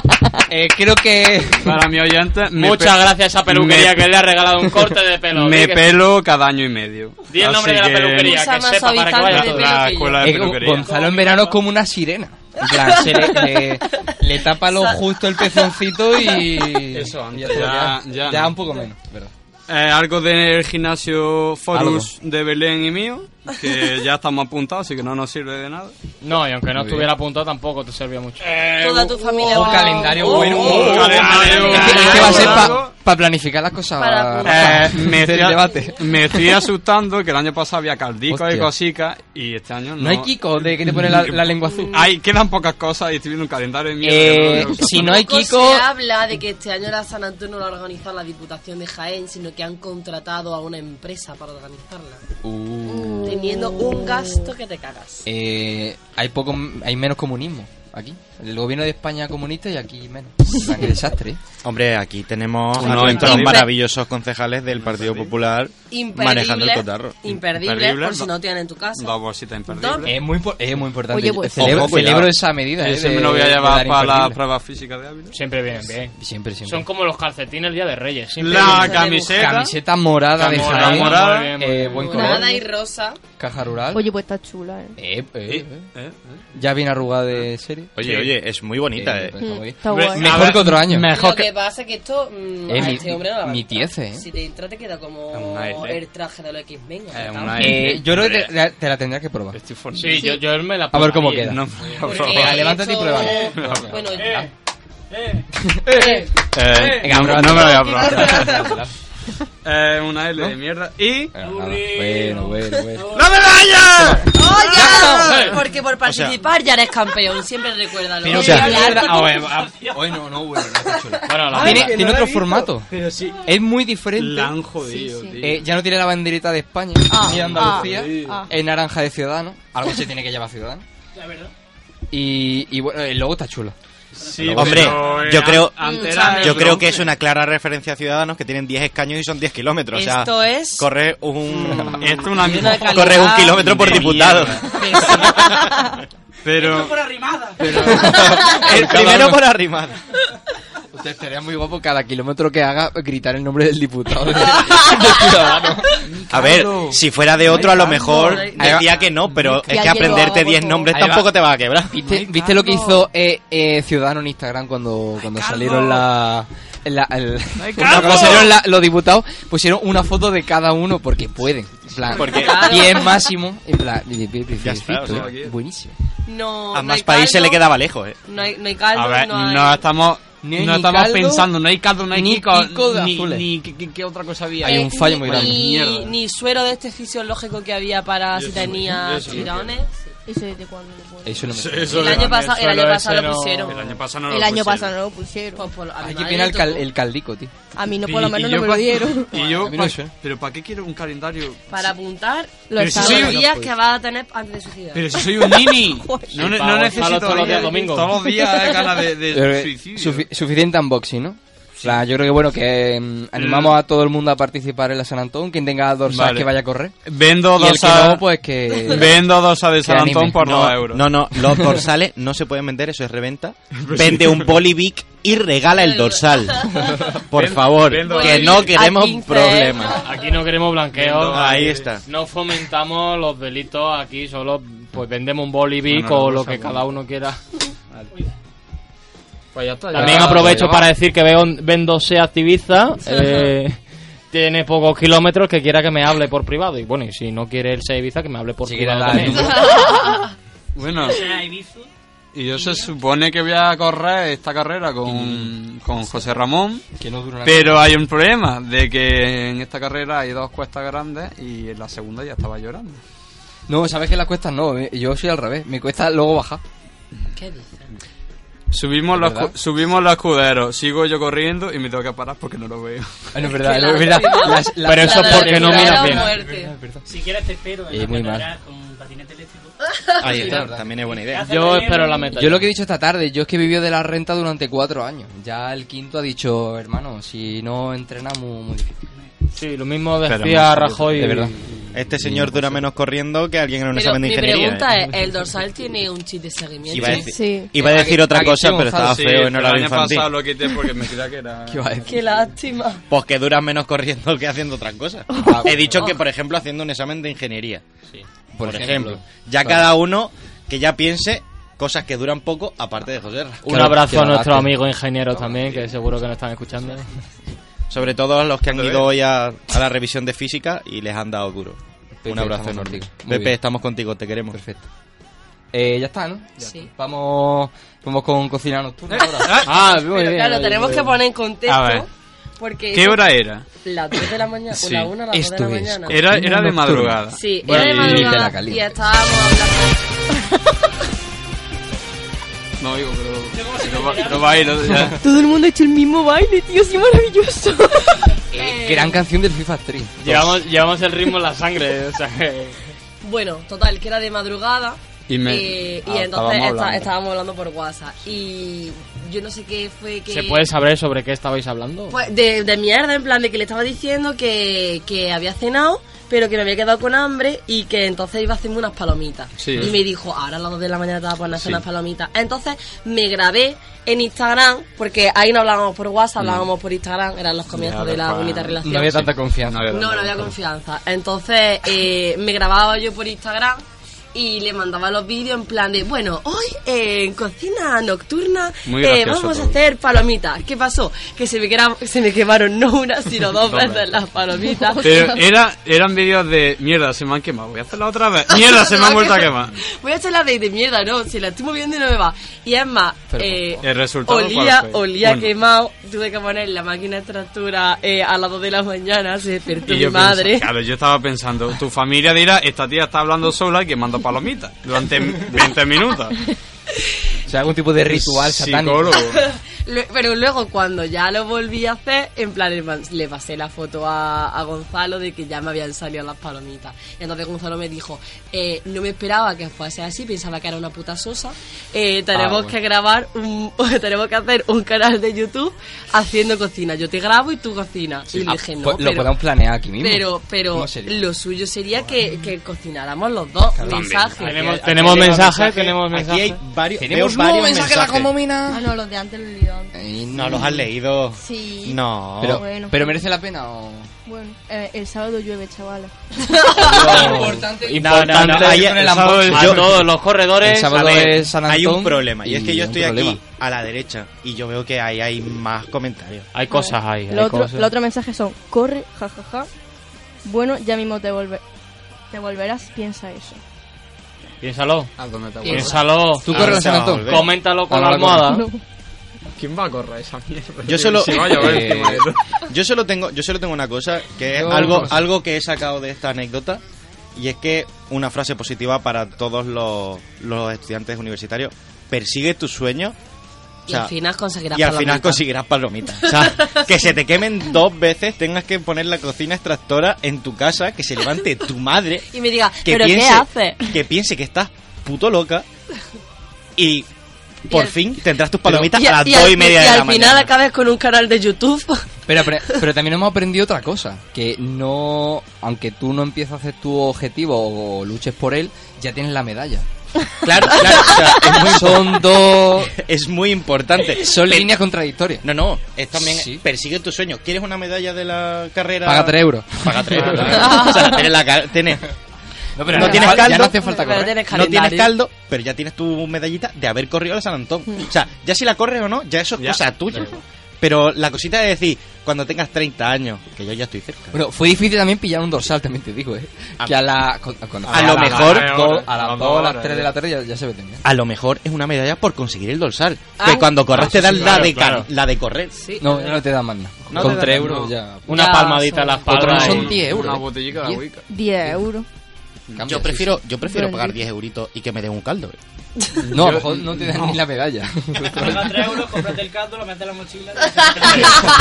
Eh, creo que.
Para mi oyente. me
Muchas
pe-
gracias a esa peluquería
me-
que le ha regalado un corte de pelo. Di
Me
que-
pelo cada año y medio.
Di el nombre
Así
de la peluquería,
que
que sepa para que vaya todo.
La escuela de
Eh, Go-
peluquería.
Gonzalo en verano es como una sirena. En plan, se le, le- le tapa lo justo el pezoncito y.
Eso,
y
antes. Ya-
ya,
ya
ya
no.
un poco menos. ¿verdad?
Eh, algo del gimnasio Forus de Belén y mío, que ya estamos apuntados, así que no nos sirve de nada.
No, y aunque no
Muy bien.
estuviera apuntado tampoco te servía mucho.
Toda
uh,
tu familia.
Un calendario
Oh,
bueno.
oh,
un
calendario.
Es que- es que va a ser para planificar las cosas.
Eh, me,
del
estoy,
debate.
me estoy asustando que el año pasado había caldico y
Hostia.
cosica y este año no.
No hay Kiko de que te pone la, la lengua azul.
Ay, quedan pocas cosas y estoy viendo un calendario de mierda.
Eh,
que no-
si no hay
Poco
Kiko-
Se habla de que este año la San Antonio no la ha organizado la Diputación de Jaén, sino que han contratado a una empresa para organizarla, teniendo un gasto que te cagas.
Uh. Eh, hay poco, hay menos comunismo aquí. El gobierno de España es comunista y aquí menos. En plan, Qué desastre.
Hombre, aquí tenemos
Unos
a nuestros
imperdibles.
maravillosos concejales del Partido Popular
Imperdible,
manejando el cotarro.
Imperdible, por si no tienen en tu casa.
Dos bolsitas imperdibles.
Dos-
Es muy, impo- es muy importante.
Oye, pues-
celebro,
Ojo, cuidado.
celebro esa medida. eh,
Ese
de-
me lo voy a
de
llevar
dar
para la
imperdible.
prueba física de Ávila.
Siempre vienen bien.
Siempre, siempre.
Son como los calcetines el día de Reyes. siempre
La
vienen bien.
camiseta.
Camiseta morada de
Morada,
Jaén.
morada.
eh,
Muy bien, muy bien.
buen color.
Nada y rosa.
Caja rural.
Oye, pues está chula, ¿eh?
Eh, eh, eh. Ya viene arrugada de serie.
Oye, oye, es muy bonita, eh.
pues, está muy-
Está guay.
Mejor que otro año.
Lo que, pasa es que esto. mm,
Eh,
a
mi-
este hombre no le va a
mi
entrar.
tiece, eh.
Si te entra, te queda como
una L.
el traje de los X-Men.
Eh,
¿no?
yo creo que te, te la tendría que probar.
Sí, yo, yo me la
A ver cómo
probaría.
queda.
No,
Porque
Venga,
eh,
levántate y
esto-
prueba.
Bueno,
Eh,
Venga,
no,
pruébatela.
no me lo voy a probar. Eh, una L de mierda. Y.
Bueno, bueno, bueno.
¡La medalla!
¡Oye! Porque por participar ya eres campeón, siempre recuérdalo.
Pero
Y
que-
hablar con
Ah,
tu-
bueno, ah,
Hoy no, no, bueno,
la
tiene
verdad.
tiene otro formato.
Pero sí.
Es muy diferente.
La han jodido, tío.
Eh, ya no tiene la banderita de España ni de Andalucía.
ah.
Es naranja de Ciudadano. Algo se tiene que llevar Ciudadano.
la verdad.
Y, y bueno, el logo está chulo.
Sí,
El logo
Hombre,
está chulo.
yo creo,
antes era
yo
el
creo que
bronce.
es una clara referencia a Ciudadanos que tienen 10 escaños y son 10 kilómetros. O sea,
Esto es-
Corre un,
Esto es una mierda.
corre un kilómetro por diputado.
Pero.
Por arrimada.
El primero por arrimada.
O
Te estaría muy guapo cada kilómetro que haga gritar el nombre del diputado de, de Ciudadanos.
A ver, si fuera de otro, a lo mejor decía que no, pero es que aprenderte 10 nombres tampoco te va a quebrar.
¿Viste, viste lo que hizo eh, eh, Ciudadano en Instagram cuando, cuando salieron la... la- el- cuando salieron la- los diputados pusieron una foto de cada uno porque pueden. En plan,
Porque-
10 máximo. En plan, y- y- y-
Ya está, o sea,
eh, buenísimo.
No,
A
no
más
hay
países
caldo,
le quedaba lejos, eh.
No hay, no hay caldo,
A ver,
no hay...
no estamos,
Ni-
no
ni
estamos
caldo,
pensando, no hay caldo, no hay
ni
Kiko,
pico de
ni,
azules.
ni- ¿qué, qué- qué otra cosa había?
Hay un fallo muy grande.
Eh, Ni, ni suero de este fisiológico que había para si tenías
eso no
tirones.
¿Eso desde cuándo?
Eso no me
Eso-
parece.
eso
El año
grande,
pasado- el
solo
año
ese
pasado lo
no-
pusieron.
El año pasado no
el
lo
año
pusieron.
pasado no lo pusieron.
Aquí viene el, cal- el caldico, tío.
A mí no,
Y-
por lo
y
menos
yo
no me lo
pa-
dieron.
Y yo,
A mí
pa-
no sé.
pero ¿para qué quiero un calendario?
Para apuntar
Pero
los
si soy un-
días que vas a tener antes de suicidar.
Pero si soy un nini, no, ne-
Sí,
no
pa-
necesito
pa- todos los días domingo.
Todos los días eh, ganas de, de
Pero, eh,
suicidio.
sufi- suficiente unboxing, ¿no? O sea, yo creo que bueno, que mm, animamos a todo el mundo a participar en la San Antón. Quien tenga dorsal
Vale.
que vaya a correr.
Vendo
Y el que
dorsal-
no, pues que.
Vendo dorsal de
que
San
anime.
Antón por
No,
dos euros. Pues
No, no, los dorsales no se pueden vender, eso es reventa. Vende un Bolivic y regala el dorsal. Por
Ven-
favor,
vendo
que
el-
no queremos
A 15
problemas.
Aquí no queremos blanqueo.
No, ahí está.
No fomentamos los delitos aquí, solo pues vendemos un bolivic
No, no,
o
no,
lo
por
que
favor.
cada uno quiera. Pues ya está.
ya
También
está,
aprovecho
ya va.
para decir que veo, vendo se activiza. eh, tiene pocos kilómetros que quiera que me hable por privado. Y bueno, y si no quiere el se Ibiza, que me hable por privado. también.
Bueno,
Era Ibiza.
y yo se supone que voy a correr esta carrera con, con José Ramón.
Que no dura nada.
Pero hay un problema, de que en esta carrera hay dos cuestas grandes y en la segunda ya estaba llorando.
No, sabes que las cuestas no, eh, yo soy al revés, me cuesta luego bajar.
¿Qué dices?
Subimos los,
¿Verdad?
cu- subimos los escuderos, sigo yo corriendo y me tengo que parar porque no lo veo.
Ah, no, es verdad, es verdad. Las- las- Pero eso es porque no miras bien. Verdad, es verdad.
Si quieres te espero en
Eh,
la
muy
catedral con patinete eléctrico.
Ahí está, también es buena idea.
Yo espero la meta.
Yo lo que he dicho esta tarde, yo es que he vivido de la renta durante cuatro años. Ya el quinto ha dicho, hermano, si no entrenas, muy, muy difícil.
Sí, lo mismo
Pero
decía
no,
Rajoy.
de verdad. Este señor dura menos corriendo que alguien en un
Pero
examen de
mi
ingeniería.
pregunta
¿eh?
es, ¿el dorsal tiene un chip de seguimiento?
Iba a decir, iba a decir otra cosa, pero
Ah,
estaba feo en horario infantil.
lo quité porque me creía que era...
¿Qué iba a decir?
Qué lástima.
Pues que duras menos corriendo que haciendo otras cosas. He dicho que, por ejemplo, haciendo un examen de ingeniería. Por,
Por
ejemplo.
ejemplo.
Ya
Claro.
cada uno que ya piense cosas que duran poco, aparte de José.
Un abrazo a nuestros amigos ingenieros también, que seguro que nos están escuchando.
Sobre todo a los que han ido hoy a, a la revisión de física y les han dado duro. un
Pepe,
abrazo
estamos
enorme.
contigo. Muy
Pepe,
bien.
estamos contigo, te queremos.
Perfecto. Eh, ya está, ¿no? Vamos, vamos con cocina nocturna ahora.
ah,
muy
Pero
bien,
claro,
ahí,
tenemos
ahí.
que poner en contexto.
A ver.
Porque
¿Qué
eso-
hora era?
Las 3 de la mañana, o
Sí.
la 1 o las 2 de
Esto
la
es
mañana.
Era- era de nocturna. madrugada.
Sí,
Bueno,
era de
y- y de la
madrugada y,
caliente.
estábamos hablando.
No digo, pero... No, va- no bailo, ya.
Todo el mundo ha hecho el mismo baile, tío, es maravilloso.
eh,
Gran canción del FIFA 3.
Llevamos, llevamos el ritmo en la sangre. O sea, que-
Bueno, total, que era de madrugada.
Y me-
eh, y entonces
Ah, estábamos
está-
hablando.
estábamos hablando por WhatsApp. Y yo no sé qué fue que.
¿Se puede saber sobre qué estabais hablando?
Pues de, de mierda, en plan de que le estaba diciendo que, que había cenado, pero que me había quedado con hambre y que entonces iba a hacerme unas palomitas.
Sí.
Y me dijo, ahora a las 2 de la mañana te vas a poner a hacer
Sí.
unas palomitas. Entonces me grabé en Instagram, porque ahí no hablábamos por WhatsApp, hablábamos por Instagram, eran los comienzos de la bonita relación.
No había tanta confianza.
pues, No, no había confianza. Entonces eh, me grababa yo por Instagram y le mandaba los vídeos en plan de, bueno, hoy eh, en cocina nocturna
Muy
eh,
gracioso
vamos a
todo.
hacer palomitas. ¿Qué pasó? Que se me, quera- se me quemaron no una, sino dos veces las palomitas.
Pero era, eran vídeos de mierda, se me han quemado, voy a hacerla otra vez. Mierda, se me han vuelto a quemar.
Voy a hacer la de, de mierda, ¿no? Si la estoy moviendo y no me va. Y es más,
Pero,
eh,
¿el resultado
olía,
cuál fue?
olía
Bueno.
quemado. Tuve que poner la máquina de tractura eh, a las 2 de la mañana. Se despertó mi
yo
madre.
pensaba- claro, yo estaba pensando, tu familia dirá, esta tía está hablando sola y quemando palomitas durante 20 minutos.
O sea, algún tipo de ritual satánico.
Psicólogo.
Lue- Pero luego cuando ya lo volví a hacer, en plan le man- le pasé la foto a, a Gonzalo de que ya me habían salido las palomitas. Y entonces Gonzalo me dijo, eh, no me esperaba que fuese así, pensaba que era una puta sosa. Eh, tenemos
Ah,
bueno.
que grabar, un, tenemos que hacer un canal de YouTube haciendo cocina. Yo te grabo y tú cocinas. y le
Ah,
dije, no,
pues
pero,
lo podemos planear aquí mismo.
pero, pero
¿Cómo sería?
lo suyo sería que, que cocináramos los dos.
También.
Mensaje.
Tenemos- tenemos mensaje, tenemos mensaje.
Aquí hay varios,
Tenemos nuevo
veo varios
mensaje, la
mensajes.
Ah, no, los de antes lo he leído. leído antes.
No los has leído.
Sí.
No.
Pero,
Bueno.
pero merece la pena o.
Bueno, eh, el sábado llueve, chavala.
No, no, no, ahí- el sábado- yo- el sábado es San Hay un
Antón
problema y es que
y
yo
un
estoy aquí
problema.
a la derecha y yo veo que ahí hay más comentarios.
Hay cosas ahí.
Los otros los otros mensajes son, corre, jajaja. Bueno, ya mismo te, volver, te volverás, piensa eso.
Piénsalo.
te
vuelvas.
Piénsalo.
Tú corre a San Antón.
Coméntalo con la
Ah, no, la
almohada.
corre. ¿Quién va a correr esa mierda?
Yo solo,
Se va a llover
eh,
encima de todo.
yo solo tengo, yo solo tengo una cosa que es
Yo-
algo, algo que he sacado de esta anécdota y es que una frase positiva para todos los, los estudiantes universitarios: persigue tus sueños. O
Y
sea,
al final conseguirás
y al final
palomitas.
conseguirás palomitas. O sea, que se te quemen dos veces, tengas que poner la cocina extractora en tu casa, que se levante tu madre,
Y me diga,
que
¿pero
piense,
qué hace?
Que piense que estás puto loca y por
al-
fin tendrás tus palomitas
Y-
a las
y
dos
al-
y media
y
de
al
la
final
mañana.
acabes con un canal de YouTube.
Pero, pero, pero también hemos aprendido otra cosa, que no, aunque tú no empieces a hacer tu objetivo o luches por él, ya tienes la medalla.
Claro, claro. o sea, es muy-
Son dos...
Es muy importante.
Son
Pe-
líneas contradictorias.
No, no, es también
Sí.
persigue tus sueños. ¿Quieres una medalla de la carrera?
Paga 3 euros.
Paga 3 euros. o sea, tienes la ca- tienes-
No,
No,
pero no
tienes
hace-
caldo.
ya no hace falta Pero correr. tienes
No tienes
calendario.
caldo, pero ya tienes tu medallita de haber corrido al San Antón.
Mm.
O sea, ya si la corres o no, ya eso es cosa tuya. Pero la cosita es decir, cuando tengas 30 años, que yo ya estoy cerca. Ah.
Bueno, fue difícil también pillar un dorsal, también te digo, eh. Que a la... cu- cuando-
A lo
las
mejor-
dos- a las 2 a las
Ahora,
3 de
ya.
la tarde ya, ya se ve tenía.
A lo mejor es una medalla por conseguir el dorsal.
Ah.
Que cuando corres te
Ah, sí,
dan
sí,
la,
claro,
de car-
claro.
la de correr.
No, ya no te dan más nada.
No te
Con
dan
3
nada.
euros ya...
Una
Ya
palmadita en la
son- Otro
espalda y-
Son 10 euros.
Una
eh.
botellica de agüica.
10 euros.
Yo prefiero, yo prefiero pagar 10 euritos y que me den un caldo. eh.
No, a lo mejor no te dan ni la medalla.
Paga 3 euros, cómprate el caldo, lo metes en la mochila.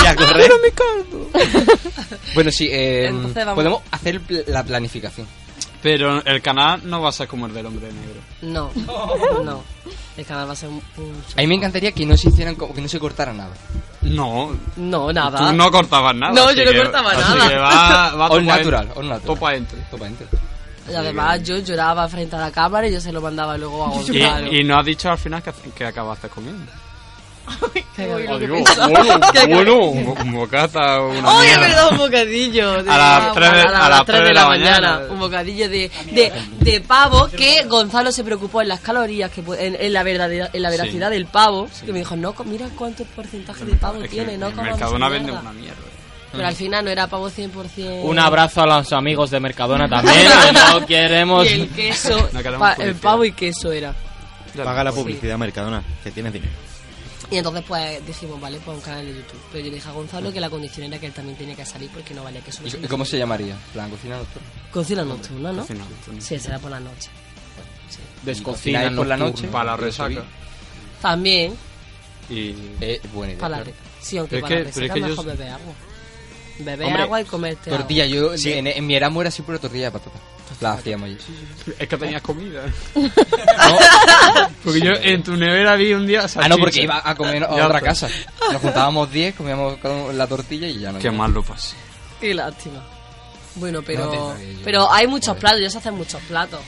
Ya, correcto.
Pero mi
Bueno, sí, eh,
Entonces vamos.
podemos hacer el pl- la planificación.
Pero el canal no va a ser como el del hombre negro.
No, no. El canal va a ser un... un-
A mí me encantaría que no se hicieran como que no se cortara nada.
No.
No, nada.
Tú no cortabas nada.
No,
así
yo no
que-
cortaba
así
nada.
que va, va
All
topa
natural,
en-
all natural.
Topa entre.
Y además yo lloraba frente a la cámara y yo se lo mandaba luego a Gonzalo.
Y, y no has dicho al final que, que acabaste comiendo.
Ay,
Digo,
qué pesado.
bueno,
Qué-
bueno, un un bocata, una
Ay, es
mierda.
verdad, un bocadillo. de-
A las tres de- a las
tres
tres de la mañana.
Un bocadillo de, de, de pavo que Gonzalo se preocupó en las calorías, que pu- en, en la, verdadera, en la
Sí.
veracidad del pavo. Que me dijo, no, co- mira cuánto porcentaje de pavo
Es que
tiene, no
el
comamos
Mercadona
mierda".
vende una mierda.
Pero
Mm.
al final no era pavo 100%.
Un abrazo a los amigos de Mercadona también. que no queremos.
Y el queso,
No queremos
pa- el
publicidad.
pavo y queso era.
Paga la publicidad, Mercadona, que tienes dinero.
Y entonces pues dijimos, vale, pues un canal de YouTube. Pero yo le dije a Gonzalo que la condición era que él también tenía que salir porque no valía que eso. no
¿Y,
se
y cómo se llamaría? En ¿Plan cocina nocturna?
Cocina nocturna, ¿no?
Cocina
Sí, será por la noche. Sí.
Descocina
Cocináis por la
nocturna.
noche. Para la resaca.
También,
Y...
Eh, buena idea.
para la re- Sí, aunque
Pero
para
es
la
que- pero
resaca
es que
mejor
yo-
beber agua. Beber
Hombre,
agua y comerte
Tortilla,
agua.
yo en, en mi Erasmus era siempre tortilla de patata. La hacíamos yo.
Es que tenías comida. Porque yo en tu nevera vi un día
Ah, no, porque
salchicha.
iba a comer a
Ya pues.
otra
está.
casa. Nos juntábamos 10, comíamos cada uno la tortilla y ya no.
Qué mal lo pasé.
Qué lástima. Bueno,
No
pero,
te digo yo.
pero hay muchos platos, ya se hacen muchos platos.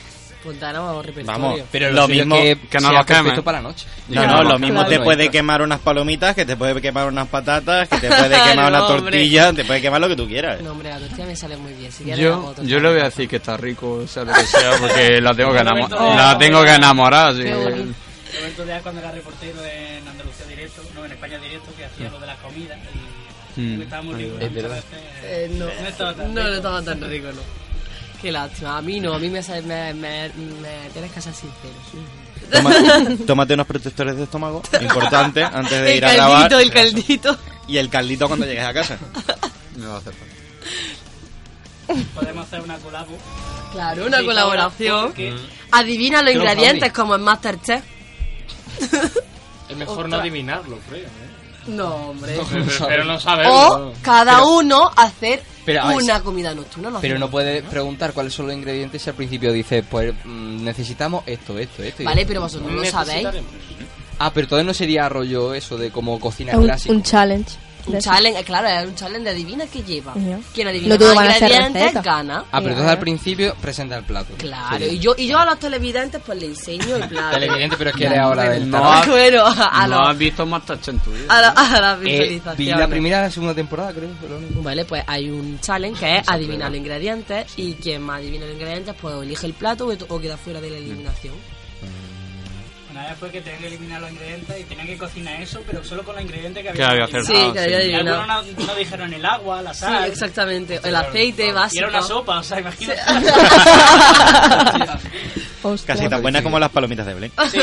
Pues, Puntaremos repertorio.
pero lo mismo que sea perfecto para la noche. Y
No,
que
no,
no
lo
nos
mismo
quemen.
te
No,
puede
entra.
quemar unas palomitas, que te puede quemar unas patatas, que te puede quemar una
No, hombre.
tortilla, te puede quemar lo que tú quieras.
No, hombre, la tortilla me sale muy bien. Si quieres, la
Yo,
hago
yo le voy a decir que está rico, o sea, lo que sea, porque la tengo que, enamo-
eh,
Roberto.
la tengo que enamorar. así que-
Roberto de cuando era reportero en Andalucía Directo, no, en España Directo, que hacía lo de las comidas y...
Mm,
que estaba muy
ahí
rico.
va. Es
muchas
verdad.
veces,
Eh, no,
no estaba tan
no, no
rico.
estaba tan rico, no. Qué lástima. A mí no, a mí me, sale- me, me, me tienes que ser sincero.
Toma- tómate unos protectores de estómago, importante, antes de
El
ir a grabar.
caldito, el caldito.
Y el caldito cuando llegues a casa.
Me va a hacer falta.
Podemos hacer una colabo.
Claro, una
Sí,
colaboración.
porque-
Mm.
Adivina los
Creo,
ingredientes
Javi.
como en Masterchef.
Es mejor no
Otra.
adivinarlo, creo. ¿eh?
No, hombre.
No, pero- pero no sabemos.
O cada
Pero-
uno hacer
pero, a ver,
una
sí.
comida nocturna. No
Pero
hacemos
no puedes preguntar cuáles son los ingredientes si al principio dices, pues mm, necesitamos esto, esto, esto. y
Vale,
esto.
pero vosotros no lo sabéis.
Ah, pero entonces no sería rollo eso de como cocina
Es un,
clásica.
un challenge.
Un challenge, eh, claro, es un challenge de adivina qué lleva.
Ya.
Quien adivina
No todo
más
van a ser
ingredientes
recetas.
gana.
Eh,
Ah, pero entonces al principio presenta el plato.
Claro,
Sí.
y, yo, y yo a los televidentes pues le enseño el plato.
Televidente, pero es que eres ahora del
No,
tarot.
has-
Bueno, a
no
lo-
has visto Masterchef en tu vida.
A la, a la
Eh,
visualización.
vi la primera y la segunda temporada, creo. pero no.
Vale, pues hay un challenge que es
Esa
adivinar
prueba.
los ingredientes y quien más adivina los ingredientes pues o elige el plato o, o queda fuera de la eliminación.
Una vez fue que tenían que eliminar los ingredientes y tenían que cocinar eso, pero solo con los ingredientes que
Que
había
había acertado, Sí, que sí. había adivinado.
Algunos no, no dijeron el agua, la sal.
Sí, exactamente. El
Pero,
aceite
vamos, Y
básico.
era una sopa, o sea, imagínate.
Casi tan buena como las palomitas de Belén.
Sí.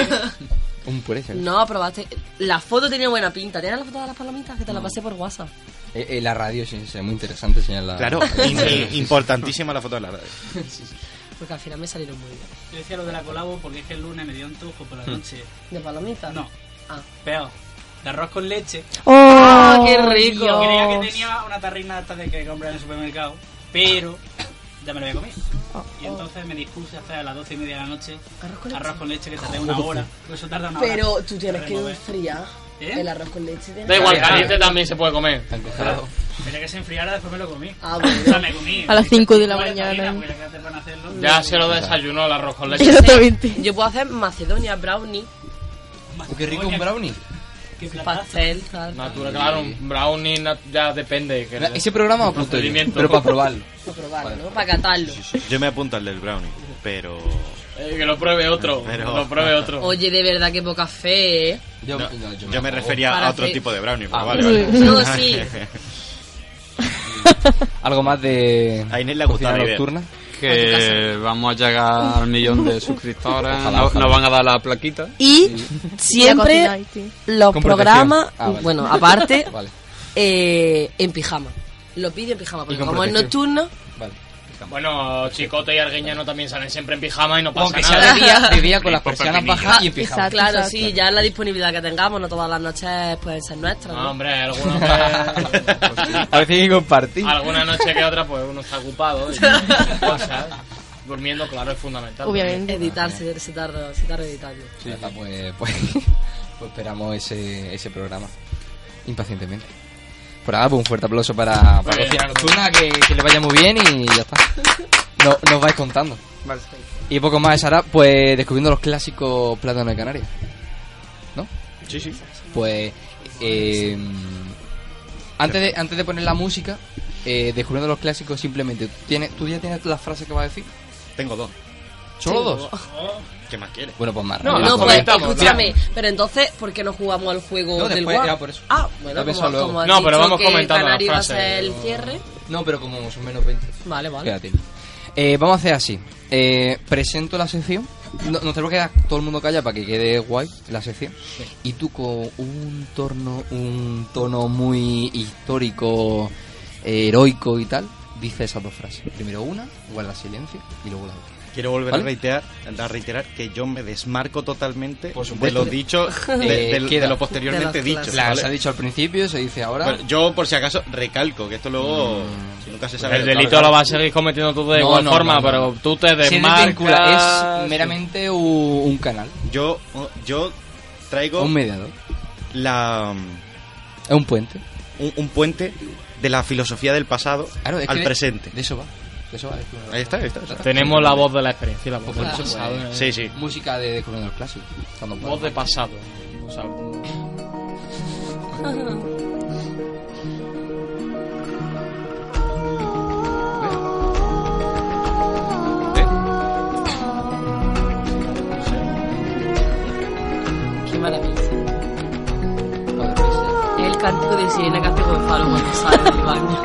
Un puré. ¿sabes?
No, probaste. La foto tenía buena pinta. ¿Tienes la foto de las palomitas? Que te la pasé por WhatsApp.
Eh, eh, la radio sí, sí, es muy interesante señalar.
Claro, in- in- importantísima la foto de la radio.
Porque al final me salieron muy bien.
Yo decía lo de la colabo porque es que el lunes me dio antojo por la
Hmm.
noche.
¿De palomitas?
No.
Ah.
Peor. De arroz con leche.
¡Oh, Ah, qué
rico!
Yo creía que
Dios.
tenía una tarrina hasta de que compré en el supermercado, pero ya me lo había comido. Y entonces me dispuse hasta las 12 y media de la noche.
Arroz con leche.
Arroz con leche que tardé una
Joder.
hora. Pues Eso tarda una hora.
Pero tú tienes que
Remover.
enfriar
¿Eh?
el arroz con leche. tienes
Da
que-
igual, caliente también se puede comer.
Claro. Tenía que se enfriara, después me lo comí.
Ah,
bueno. O sea, me comí.
A las 5 de la
Vale,
mañana.
Paulina, porque era que van a hacerlo.
Ya se lo desayunó el arroz con leche.
Exactamente.
Yo puedo hacer Macedonia brownie,
Qué rico un brownie.
pastel, tal.
Natura, claro, un brownie nat- ya depende. que-
Na- ese programa
el
apunto yo,
procedimiento.
pero para probarlo.
Para probarlo, ¿no? Para catarlo.
Yo me apunto al del brownie, pero...
Eh, que lo pruebe otro,
Pero-
lo pruebe otro.
Oye, de verdad, qué poca fe, ¿eh?
Yo,
No,
no, yo
yo me
acabo.
refería
Para
a otro
hacer-
tipo de brownie, pero
Ah,
vale,
vale.
vale.
No, sí.
Algo más de.
A Inés le
cocina
gusta la idea.
nocturna.
Que vamos a llegar al millón de suscriptores.
Ojalá,
nos,
ojalá.
nos van a dar la plaquita.
Y
Ya
siempre
cocináis, sí.
los
Con
programas,
protección. Ah, vale.
bueno, aparte,
Vale.
eh, en pijama. Lo pide en pijama, porque
con
como es
protección.
nocturno,
Bueno, Chicote y Arguiñano también salen siempre en pijama y no pasa
Aunque sea
nada.
de día- de día con las persianas bajas y en pijama.
Exacto,
Ah, claro,
exacto.
sí, ya es la disponibilidad que tengamos, no todas las noches pueden ser nuestras.
No,
¿no?
hombre,
pues,
alguna,
A veces hay que compartir.
alguna noche que otra, pues uno está ocupado. y cosas. Durmiendo, claro, es fundamental.
Editar, se, se tarda, se tarda editando.
Ya está, pues, pues, pues esperamos ese, ese programa. Impacientemente. Por nada, pues un fuerte aplauso para, para
bien.
Cocina Nocturna, que, que le vaya muy bien y ya está. No- nos vais contando.
Vale.
Y poco más, Sara, pues descubriendo los clásicos plátanos de Canarias. ¿No?
Sí, sí.
Pues. eh, antes, de, antes de poner la música, eh, descubriendo los clásicos, simplemente. ¿tú, tienes, ¿Tú ya tienes las frases que vas a decir?
Tengo dos.
¿Solo dos?
¿Qué más quieres?
Bueno, pues más.
No,
rápido,
no,
por
pues
favor.
escúchame, pero entonces, ¿por qué no jugamos al juego
No,
del
después,
guapo?
ya, por eso.
Ah,
Lo
bueno,
he pensado
como,
luego.
como has
No,
dicho
pero vamos
que
comentando las
Canarias va a
frases.
ser el cierre,
No, pero como son menos 20.
vale, vale.
Espérate. Eh, vamos a hacer así. Eh, presento la sección. No- nos tenemos que quedar todo el mundo calla para que quede guay la sección. Y tú con un torno, un tono muy histórico, eh, heroico y tal, dices esas dos frases. Primero una, guarda silencio y luego la otra.
Quiero volver
¿Vale?
a, reiterar, a reiterar que yo me desmarco totalmente de
supuesto.
lo dicho, de,
Pues, Eh,
de- de
queda.
lo posteriormente
De las
dicho.
clases.
¿vale?
Se ha dicho al principio, se dice ahora. Mm.
Bueno, yo, por si acaso, recalco que esto luego si nunca se sabe.
El delito lo vas a seguir cometiendo tú de
No,
igual
no,
forma,
no, no.
pero tú te
Se desvincula,
desmarcas.
es meramente u- un canal.
Yo, yo traigo.
Un mediador.
La,
Es un puente.
un, un puente de la filosofía del pasado
Claro, es
al
que de-
presente.
De eso va. De eso va. de eso va.
Ahí está, ahí está. ahí está.
Tenemos la voz de la experiencia y la voz
Pues,
del pasado.
Sí, sí.
Música de Descubriendo los Clásicos. Cuando
Voz de pasado. O sea,
Qué maravilla. Es el cántico de sirena que hace Gonzalo cuando sale del baño.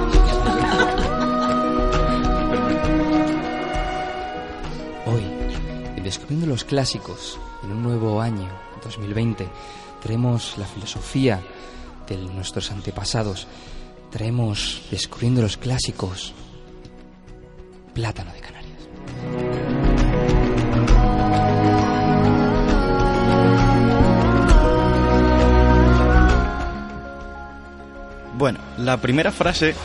Hoy, en descubriendo los clásicos en un nuevo año, 2020, traemos la filosofía de nuestros antepasados. Traemos, descubriendo los clásicos, plátano de Canarias.
Bueno, la primera frase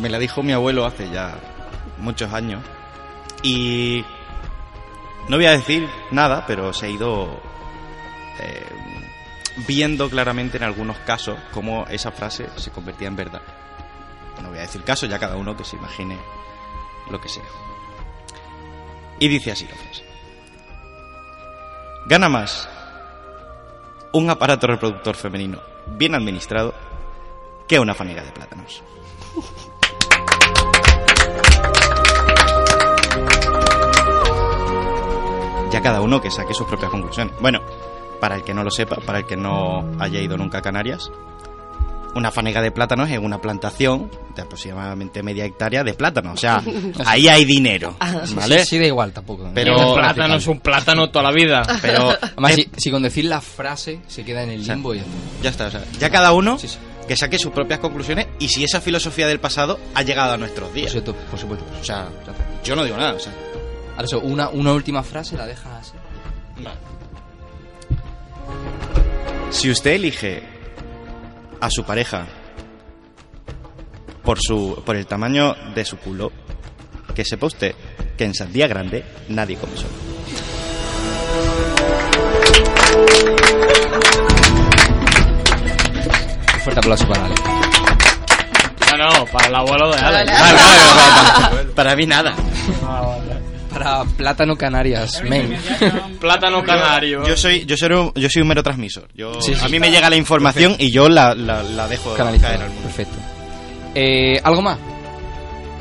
me la dijo mi abuelo hace ya muchos años. Y no voy a decir nada, pero se ha ido eh, viendo claramente en algunos casos cómo esa frase se convertía en verdad. No voy a decir caso, ya cada uno que se imagine lo que sea. Y dice así la frase. Gana más un aparato reproductor femenino bien administrado que una fanega de plátanos. Ya cada uno que saque sus propias conclusiones. Bueno, para el que no lo sepa, para el que no haya ido nunca a Canarias, una fanega de plátanos es una plantación de aproximadamente media hectárea de plátanos. O sea, ahí hay dinero.
Ah, Sí,
¿Vale?
sí, sí, da igual tampoco.
Pero-
No
Un plátano
hace falta.
es un plátano toda la vida. Pero-
Además, si, si con decir la frase se queda en el limbo y ya está.
Ya está, o sea, ya cada uno que saque sus propias conclusiones y si esa filosofía del pasado ha llegado a nuestros días. Por
supuesto, por supuesto.
O sea, yo no digo nada, o sea.
Ahora eso, una, una última frase la dejas así.
Si usted elige a su pareja por su por el tamaño de su culo, que sepa usted que en Sandía Grande nadie come solo.
Un fuerte aplauso para Ale.
No, no, para el abuelo de Alex.
Para mí nada.
Ah, Para Plátano Canarias, men.
Plátano canario.
Yo soy, yo soy un, yo soy un mero transmisor. Yo-
Sí, sí.
a mí me llega la información y yo la, la- la dejo
Canalizado,
caer al mundo.
perfecto. Eh, ¿Algo más?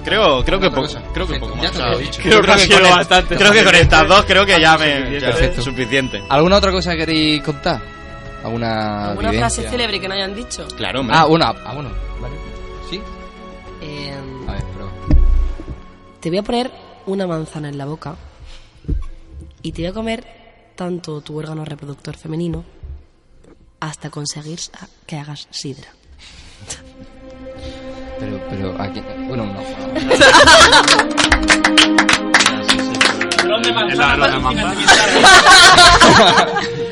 Creo, creo que
Otra
poco,
cosa.
creo que
Perfecto.
poco
Ya
más.
te lo
o sea,
he dicho.
Creo,
Yo creo
que,
que
con
con
el-
bastante.
creo que con estas dos creo que ya me
Suficiente.
ya
Perfecto.
es suficiente.
¿Alguna otra cosa que queréis contar? ¿Alguna
¿Alguna frase
vivencia?
célebre que no hayan dicho?
Claro,
Ah, bueno, ah, ah, bueno. Vale. ¿Sí?
Em,
A ver, pero...
Te voy a poner una manzana en la boca y te voy a comer tanto tu órgano reproductor femenino hasta conseguir sa- que hagas sidra.
Pero, pero, aquí... Bueno, no.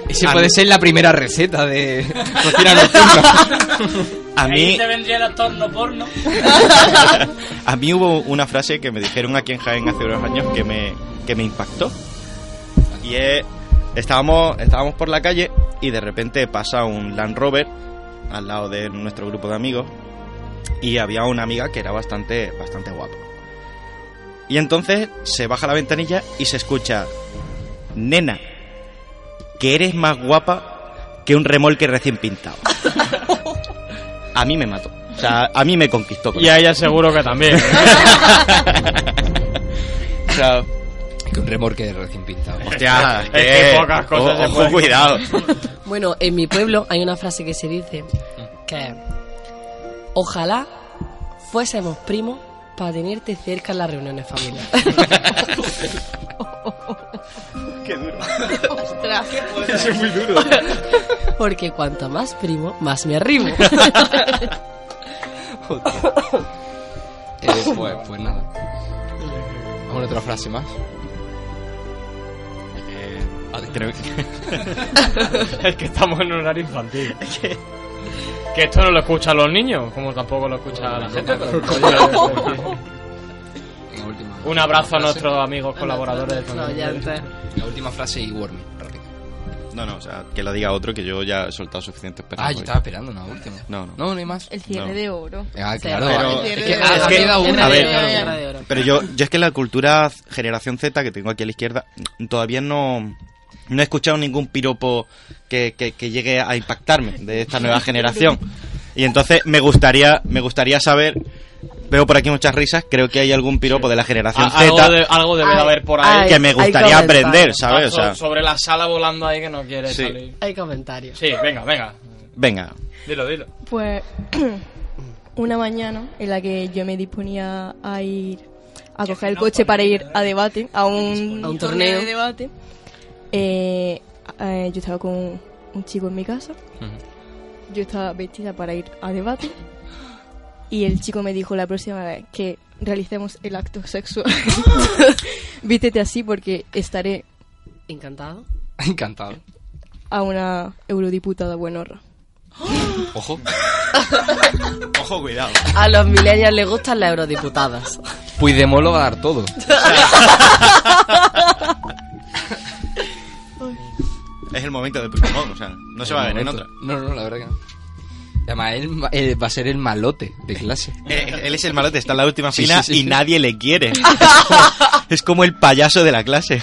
Ese puede ser la primera receta de cocina nocturna.
A mí,
Ahí te vendría el actor no porno.
a mí hubo una frase que me dijeron aquí en Jaén hace unos años que me, que me impactó. Y es, estábamos, estábamos por la calle y de repente pasa un Land Rover al lado de nuestro grupo de amigos y había una amiga que era bastante, bastante guapa. Y entonces se baja la ventanilla y se escucha, nena, que eres más guapa que un remolque recién pintado. A mí me mató. O sea, a mí me conquistó. con
Y
eso.
a ella seguro que también. ¿eh?
O sea,
Que un remorque recién pintado.
Hostia,
Es que pocas cosas se pueden-
Bueno, en mi pueblo hay una frase que se dice que ojalá fuésemos primos para tenerte cerca en las reuniones familiares.
Qué duro.
Ostras.
Eso es muy duro.
Porque cuanto más primo, más me arrimo.
Eh, pues, pues nada. ¿Alguna otra frase más?
Eh, creo
es que estamos en horario infantil. que esto no lo escuchan los niños, como tampoco lo escucha la gente. Un abrazo a nuestros amigos colaboradores. de
No, ya está.
La última frase y warming.
No, no, o sea, que lo diga otro que yo ya he soltado suficiente esperanza.
Ah, yo estaba esperando una última.
No, no.
No, no hay más.
El cierre
No.
de oro.
Ah,
Sí,
claro.
Pero-
es
el
que
cierre
ha
de oro.
quedado una.
a
Cierre de
ver,
oro.
pero yo, yo es que la cultura generación Z que tengo aquí a la izquierda todavía no, no he escuchado ningún piropo que, que- que llegue a impactarme de esta nueva generación. Y entonces me gustaría, me gustaría saber, veo por aquí muchas risas, creo que hay algún piropo de la generación
A-
Z
algo, de- algo debe de haber por ahí.
que me gustaría aprender, ¿sabes? O sea,
sobre la sala volando ahí que no quiere
Sí.
salir.
Hay comentarios.
Sí, venga, venga.
venga.
Dilo, dilo.
Pues una mañana en la que yo me disponía a ir a coger el coche para ir a debate, a un,
A un torneo.
de debate, eh, eh, yo estaba con un chico en mi casa, yo estaba vestida para ir a debate y el chico me dijo la próxima vez que realicemos el acto sexual, vístete así porque estaré
Encantado.
Encantado.
a una eurodiputada buenorra.
Ojo.
Ojo, cuidado.
A los millennials les gustan las eurodiputadas.
Puigdemont lo va a dar todo.
es el momento de Pokémon, o sea, no se
El
va a ver en
momento.
otra.
No, no, la verdad que no. Además, él va- él va a ser el malote de clase.
Eh, él es el malote, está en la última
Sí,
fila
sí, sí. Ah.
y nadie le quiere. Es como,
Ah.
es como el payaso de la clase.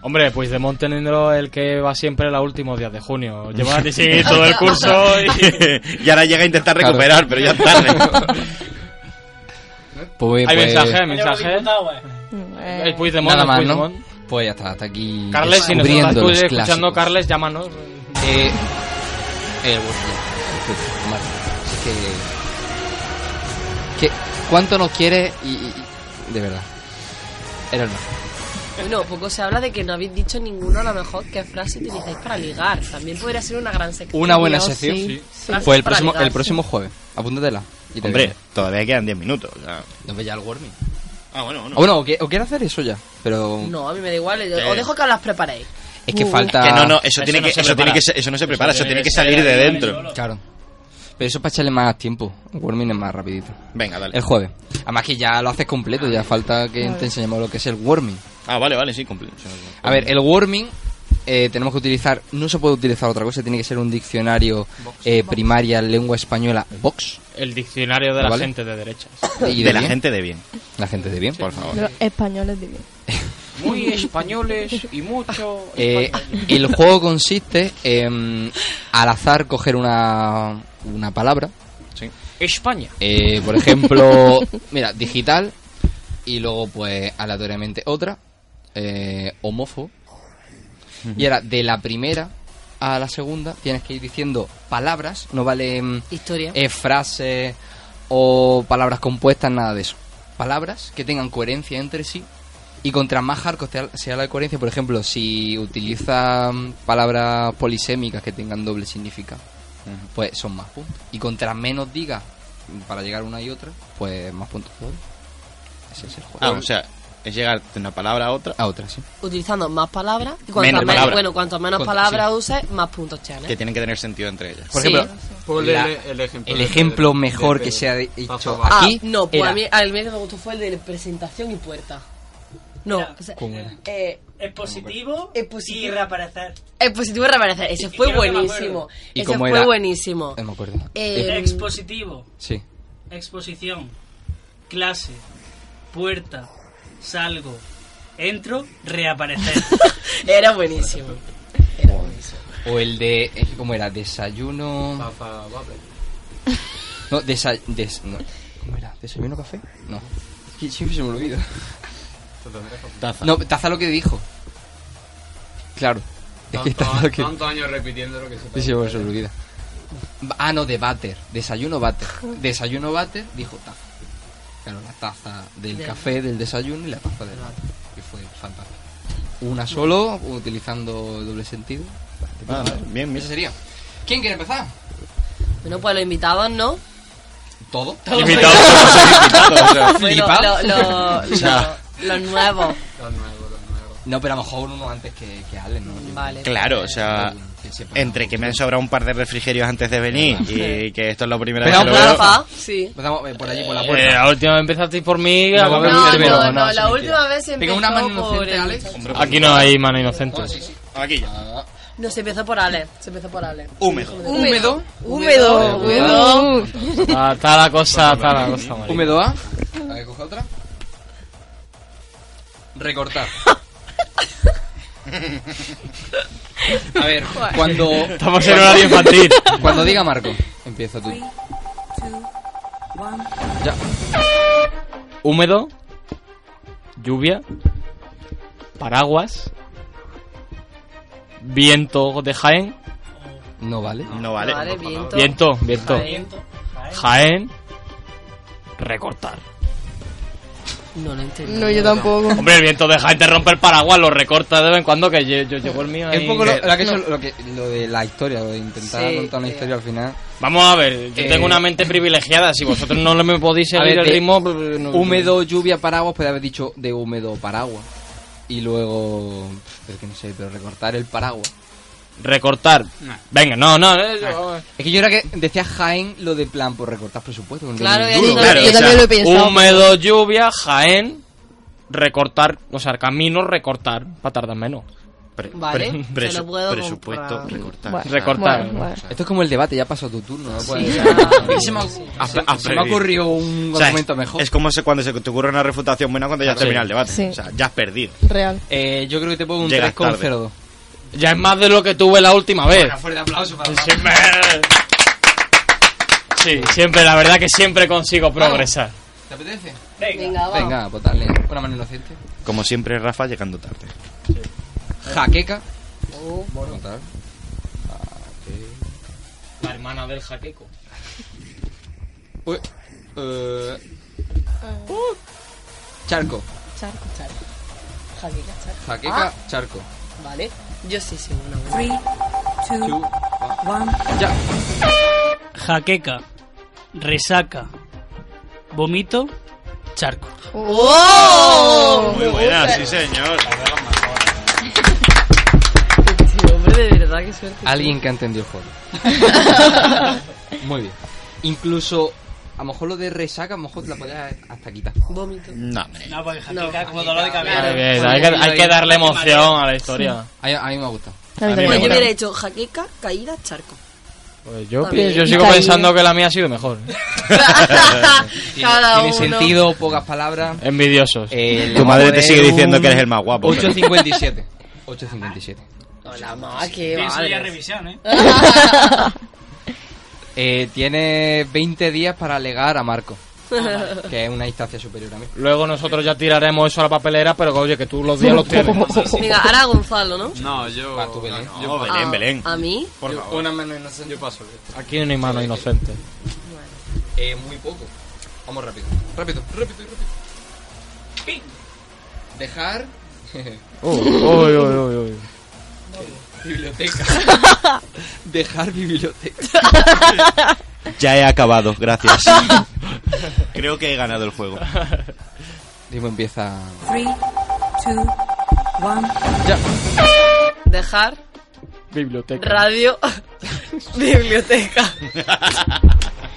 Hombre, pues de Montenegro el que va siempre los últimos días de junio. Lleva así todo el curso y...
Y ahora llega a intentar recuperar, pero ya es tarde.
Pues,
Hay
pues-
mensaje, mensaje.
eh.
El Puigdemont,
Nada
el
más, ¿no?
Puigdemont.
Pues ya está, hasta aquí.
Carles, si nos estás
descubriendo
tú
los
escuchando,
clásicos.
Carles, llámanos.
Eh, eh, bueno, ya, perfecto, vale. Así que- que- ¿Cuánto nos quiere? Y, y- y- de verdad. Era el mejor.
Bueno, poco se habla de que no habéis dicho ninguno a lo mejor qué frase utilizáis para ligar. También podría ser una gran sección.
Una buena
¿no?
sección.
Sí. Frases
Pues el
para
próximo,
ligar.
el próximo jueves. Apúntatela. y te
Hombre,
digo.
todavía quedan 10 minutos. o sea.
No ve ya el warming.
Ah, bueno,
Ah,
bueno.
Bueno, o, que- o quiero hacer eso ya. Pero
No, a mí me da igual. yo-
Eh.
Os dejo que las preparéis. Mm,
es
Uh,
que falta.
Que no, no, eso Eso tiene no que- se eso tiene prepara. que ser- eso no se prepara, eso tiene que salir de dentro.
Claro. Pero eso es para echarle más tiempo. El warming es más rapidito.
Venga, dale.
El jueves. Además que ya lo haces completo, ya falta que
Vale.
te enseñemos lo que es el warming.
Ah, vale, vale, sí, cumplí. O sea,
A ver, el warming eh, tenemos que utilizar, no se puede utilizar otra cosa, tiene que ser un diccionario eh, primaria lengua española Vox.
El diccionario de la
¿Vale?
gente de derechas.
Y
De la
bien.
gente de bien.
La gente de bien. Por
De los españoles de bien.
Muy españoles y mucho...
Eh, el juego consiste en al azar coger una, una palabra.
España.
Eh, por ejemplo, mira, digital y luego pues aleatoriamente otra, eh, homófobo. Y ahora de la primera a la segunda tienes que ir diciendo palabras, no vale mm,
Historia.
eh, frases o palabras compuestas, nada de eso. Palabras que tengan coherencia entre sí y contra más hardcore sea- sea la coherencia, por ejemplo, si utiliza mm, palabras polisémicas que tengan doble significado, pues son más puntos. Y contra menos digas para llegar una y otra, pues más puntos. Ese es el juego.
Ah, o sea, es llegar de una palabra a otra.
A otra, sí.
Utilizando más palabras. Y cuantas
Menos
menos
palabras.
Bueno, cuanto menos
Contra-
palabras uses, más puntos te dan, ¿eh?
Que tienen que tener sentido entre ellas.
Por ejemplo,
Ponle
la-
el- el ejemplo
el
de-
ejemplo
de-
mejor
de-
que se ha de- hecho
Ah,
aquí
no, pues
era-
a mí, a mí el que me gustó fue el de presentación y puerta. No, o sea,
¿Cómo era?
eh,
Es positivo,
es positivo.
y reaparecer.
Es positivo y reaparecer. Ese
Y- y
fue
creo que me
buenísimo.
acuerdo.
¿Y
Ese
cómo
fue
era?
buenísimo.
Eh, me acuerdo.
Eh,
Expositivo,
Sí.
exposición, clase, puerta, salgo, entro, reaparecer.
Era buenísimo.
O el de. eh, ¿Cómo era? Desayuno. No, desa- des- no. ¿Cómo era? ¿Desayuno café? No. Es que siempre se me olvida.
Taza.
No, taza lo que dijo. Claro. Es que taza lo que.
Tantos años repitiendo lo que se
Sí, sí, bueno, se me olvida. Ah, no, de váter. Desayuno váter. Desayuno váter, dijo taza. Claro, la taza del
Del-
café, del desayuno y la taza del váter. Que fue fantástico. Una solo, utilizando doble sentido.
Ah, bien, bien.
Eso sería. ¿Quién quiere empezar?
Bueno, pues los invitados, ¿no?
¿Todo?
Invitados,
invitados, o sea,
Bueno,
flipados.
lo- lo-
O sea,
lo- los nuevos.
No, pero a lo mejor uno antes que, que Ale, ¿no?
Vale.
Claro, o sea, entre que me han sobrado un par de refrigerios antes de venir y que esto es la
Pues
primera vez que lo veo.
Rafa, sí.
Empezamos eh, por allí, por la
Eh,
puerta.
la última vez empezaste por mí.
No,
a-
no, no,
Pero-
no,
No,
no,
la
sí.
última vez empezó
Venga, una mano
por
inocente,
el-
Alex.
Aquí no hay mano inocente.
Aquí ya.
No, se empezó por Ale. Se empezó por Ale.
Húmedo.
Húmedo.
Húmedo.
Húmedo.
Ah, Está la cosa, está la cosa. María.
Húmedo A. A ver, coge otra. Recortar. A ver, cuando.
Estamos en horario infantil.
Cuando diga Marco, empieza tú. Ya.
Húmedo. Lluvia. Paraguas. Viento de Jaén.
No vale.
No vale.
Vale, viento.
Viento, viento.
Jaén.
Jaén. Recortar.
No lo entendí.
No, yo tampoco.
Hombre, el viento de Jaén te rompe el paraguas, lo recorta de vez en cuando, que yo, yo llevo el mío
Es
ahí.
un poco lo,
Que-
lo que he hecho- lo, que- lo de la historia, lo de intentar
Sí,
contar una
sí.
historia al final.
Vamos a ver, yo
Eh,
tengo una mente privilegiada. Si vosotros no me podéis
A
seguir
ver,
el
de
ritmo. pues, no-
Húmedo, lluvia, paraguas, puede haber dicho de húmedo, paraguas. Y luego. Es que no sé, pero recortar el paraguas.
Recortar. Venga, no, no. eh,
Es que yo era que decía Jaén lo de plan por recortar presupuesto.
Claro,
Duro.
yo digo- Claro, yo o también sea, lo he pensado. húmedo, lluvia, Jaén. Recortar, o sea, camino, recortar, para tardar menos.
Pre-
Vale,
pre-
se
presu-
lo puedo
presupuesto,
comprar.
recortar.
Bueno,
Recortar.
bueno, bueno.
Esto es como el debate, ya pasó tu turno. ¿no?
Sí,
Pues,
ya.
o sea,
Se me ha-
a-
se-
a-
se
se me ha
previo.
ocurrido un
O sea, es-
argumento mejor.
Es como se- cuando se te ocurre una refutación buena cuando ya has
Sí.
terminado el debate.
Sí.
O sea, ya has perdido.
Real.
Eh, yo creo que te pongo un
Llegas
3,02.
Ya es más de lo que tuve la última vez.
fuerte aplauso para
Sí, siempre, la verdad que siempre consigo progresar.
¿Te apetece?
Venga, vamos.
Venga, pues dale. Una mano inocente.
Como siempre, Rafa llegando tarde.
Jaqueca.
Oh,
bueno. tal.
La hermana del jaqueco.
Uy. Eh, charco.
Uh, Charco, charco. Jaqueca, charco.
Jaqueca,
Ah,
charco.
vale. Yo sí sé una buena.
Three,
two,
one. Ya.
Jaqueca, resaca, vomito, charco.
¡Oh!
Muy buena, sí señor.
Sí, hombre, de verdad, qué suerte.
Alguien que ha entendido el juego. Muy bien. Incluso, a lo mejor lo de resaca, a lo mejor te la podías hasta quitar.
Vómito.
No, hombre.
No, porque jaqueca es como dolor de cabeza.
Muy bien, hay que- hay que darle emoción a la historia.
A, a mí me ha gustado.
A mí
Pues
me
yo
gusta.
hubiera hecho jaqueca, caída, charco.
Pues yo,
También.
pi- yo sigo
También.
pensando que la mía ha sido mejor.
Cada
Tiene
uno.
sentido, pocas palabras.
Envidiosos.
Eh,
Tu madre te sigue diciendo que eres el más guapo. pero-
8.57. 8.57.
Hola, ma, qué
Pienso
madre.
ya revisión, ¿eh?
Eh, tiene 20 días para alegar a Marco.
vale.
Que es una instancia superior a mí.
Ah, Luego nosotros ya tiraremos eso a la papelera, pero oye, que tú los días los tienes.
Venga, ahora Ah, Gonzalo, ¿no? Ah,
No, yo.
No,
no, paso.
Belén, Belén.
¿A mí?
Por
Yo-
favor.
Una mano inocente.
Yo paso.
Aquí no hay mano inocente.
Eh, muy poco. Vamos rápido. Rápido, rápido, rápido. Dejar.
Oh,
Uy, Uh, uy, uy, uy, uy.
biblioteca. Dejar biblioteca.
Ya he acabado, gracias. Creo que he ganado el juego.
Dimo empieza.
Three, two, one.
Ya.
Dejar
Biblioteca.
radio, biblioteca.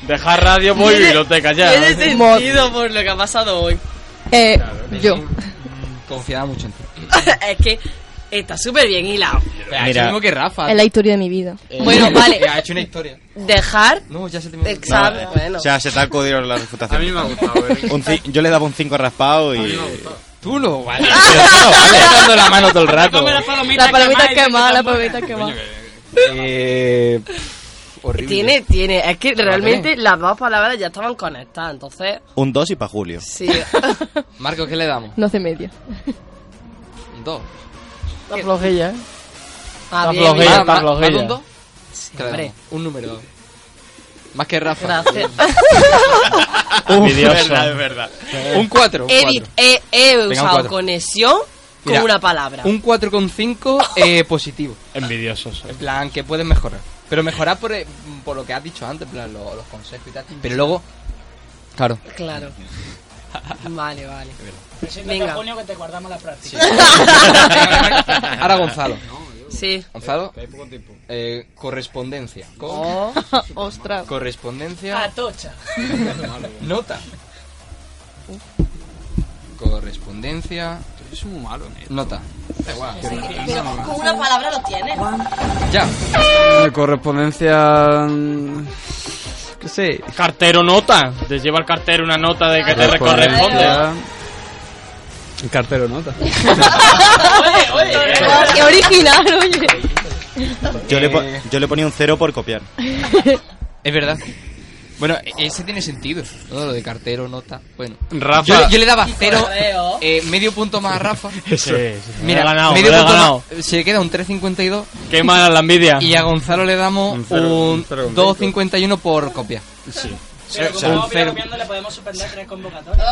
Dejar radio por
Tiene-
biblioteca ya.
Tiene sentido por lo que ha pasado hoy.
Eh,
yo. Confiaba mucho en ti.
es que está súper bien hilado.
Ha hecho lo mismo que Rafa.
Es la historia de mi vida.
Bueno, vale.
Eh, Ha hecho una historia.
Dejar.
No, ya se te
Examen.
No,
bueno.
O sea, se te ha acudido la refutación.
A mí me ha gustado, eh.
Un ci- yo le daba un 5 raspado y.
Tú no, vale.
Pero tú no, vale.
Dando la mano todo el rato.
La palomita quemada, la palomita quemada.
Eh, pff, horrible.
Tiene, tiene. Es que realmente las dos palabras ya estaban conectadas, entonces.
Un 2 y para Julio.
Sí.
Marco, ¿qué le damos?
No hace media.
Dos.
La flojilla,
Ah,
¿eh? Está
bien,
flojilla,
bien.
está
Ma-
flojilla.
¿más un dos?
¿Qué le
hombre.
damos? Un número dos. Más que Rafa.
Gracias.
Envidioso.
Es verdad, es verdad.
Un 4.
Edit, he, he
un
usado
cuatro.
conexión con
Mira,
una palabra.
Un 4,5 eh, positivo.
Envidiosos.
En plan, que puedes mejorar. Pero mejorar por, eh, por lo que has dicho antes, en plan, lo- los consejos y tal. Pero luego, claro.
Claro. Vale, vale.
Venga.
Venga.
Junio que te guardamos la práctica.
Ahora Gonzalo.
Sí.
Gonzalo.
Hay poco tiempo.
eh, correspondencia.
Oh,
Co-
ostras.
Correspondencia.
Atocha.
Nota. Correspondencia.
Es muy malo, eh.
Nota.
Pero con una palabra lo tienes.
Ya.
Eh, correspondencia. mm, ¿Qué sé?
Cartero nota. Te lleva el cartero una nota de que te re-
pues,
corresponde.
Correspondencia. El cartero nota.
Qué original, oye.
Yo, le, po-
Eh.
yo le ponía un 0 por copiar.
Es verdad. Bueno, e- ese tiene sentido. ¿no? Lo de cartero, nota. Bueno.
Rafa.
Yo, yo le daba cero.
Correo.
eh, medio punto más a Rafa.
Eso. Sí, sí. Me
Mira,
lo he ganado,
medio
me lo he
punto
ganado.
más. Se queda un 3.52.
Qué mala la envidia.
Y a Gonzalo le damos
Un
un,
cero, un cero con
2.51 por copia.
Sí. Eh,
Pero
O
como
sea,
vamos
un cero.
copiando, le podemos suspender tres convocatorias.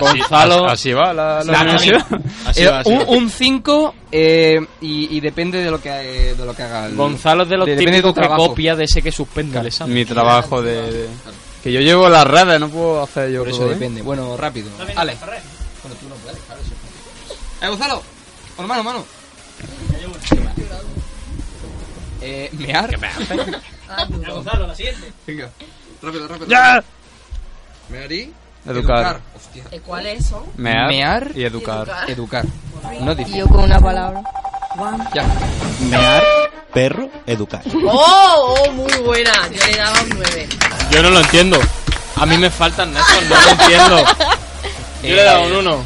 Gonzalo.
Así va la, la,
La
universidad.
Eh, un- un 5 eh, y, y depende de lo que, eh, de lo que haga. el-
Gonzalo es de los
depende
típicos
tu
que
trabajo.
copia de ese que suspende el examen.
Mi trabajo de, de- Que yo llevo las redes, no puedo hacer yo
Por eso
todo, ¿eh?
depende. Bueno, rápido. Ale. Bueno, tú no puedes, claro, eso. Eh, Gonzalo. Bueno, mano, mano. Eh, mear.
¿Qué me hace?
Ah,
Gonzalo, la siguiente.
Venga, rápido, rápido.
¡Ya!
Mearí.
Educar.
¿Eh, ¿Cuáles son?
Mear,
Mear
y educar.
Educar. No
Y yo con una palabra.
Ya.
Mear, perro, educar.
¡Oh! ¡Oh! Muy buena. Yo le daba un 9.
Yo no lo entiendo. A mí me faltan esos, no lo entiendo. Yo le he
Eh.
dado un 1.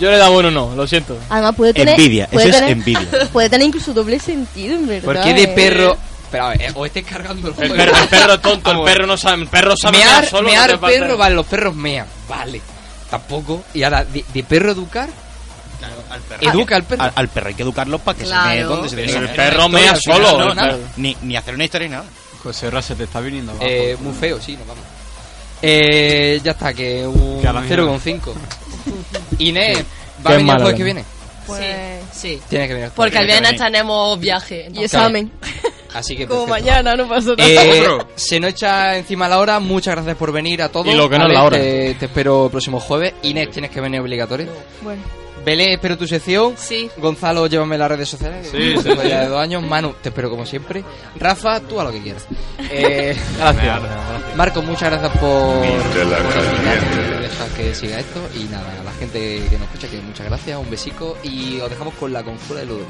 Yo le he dado un 1, lo siento.
Además puede Ah, tener...
Envidia,
puede
eso es
tener-
envidia.
Puede tener incluso doble sentido, en verdad.
¿Por qué de
eh.
perro? Pero a ver, eh, o estés cargando el juego. Ah,
perro- el perro tonto, el perro no sabe, el perro sabe
mear,
mear solo, no
mear
te falta-
perro, vale, los perros mean, vale. Tampoco. Y ahora, de, de perro educar,
Ah,
educa al perro.
Al, al perro hay que educarlo para que
Claro.
se mee donde se tiene
Pero
que
el
mear.
perro mea
Al final,
solo,
no,
el
nada.
perro.
Ni, ni hacer una historia ni nada.
José Rosa te está viniendo abajo.
Eh, muy feo, sí, nos vamos. Eh, ya está, que un
Que a la mierda.
0,5. Inés, ¿va
Qué
a venir el
mala,
jueves que
¿verdad?
viene?
Pues
Sí. sí.
Tiene que venir.
Porque el
Tiene que
viernes
venir.
tenemos viaje.
Y
entonces-
examen.
Así que
Como
perfecto.
mañana, no pasó nada.
Eh, se nos echa encima la hora. Muchas gracias por venir a todos.
Y lo que no es
Ale,
la hora.
Te, te espero el próximo jueves. Inés, tienes que venir obligatorio.
Bueno.
Belén, espero tu sección.
Sí.
Gonzalo, llévame las redes sociales.
Sí,
Como
sí,
tengo
sí.
ya de dos años. Manu, te espero como siempre. Rafa, tú a lo que quieras. Eh, gracias. Marco, muchas gracias por.
Te la
por
caliente.
que dejas que siga esto. Y nada, a la gente que nos escucha, que muchas gracias. Un besico. Y os dejamos con la conjura de Ludo.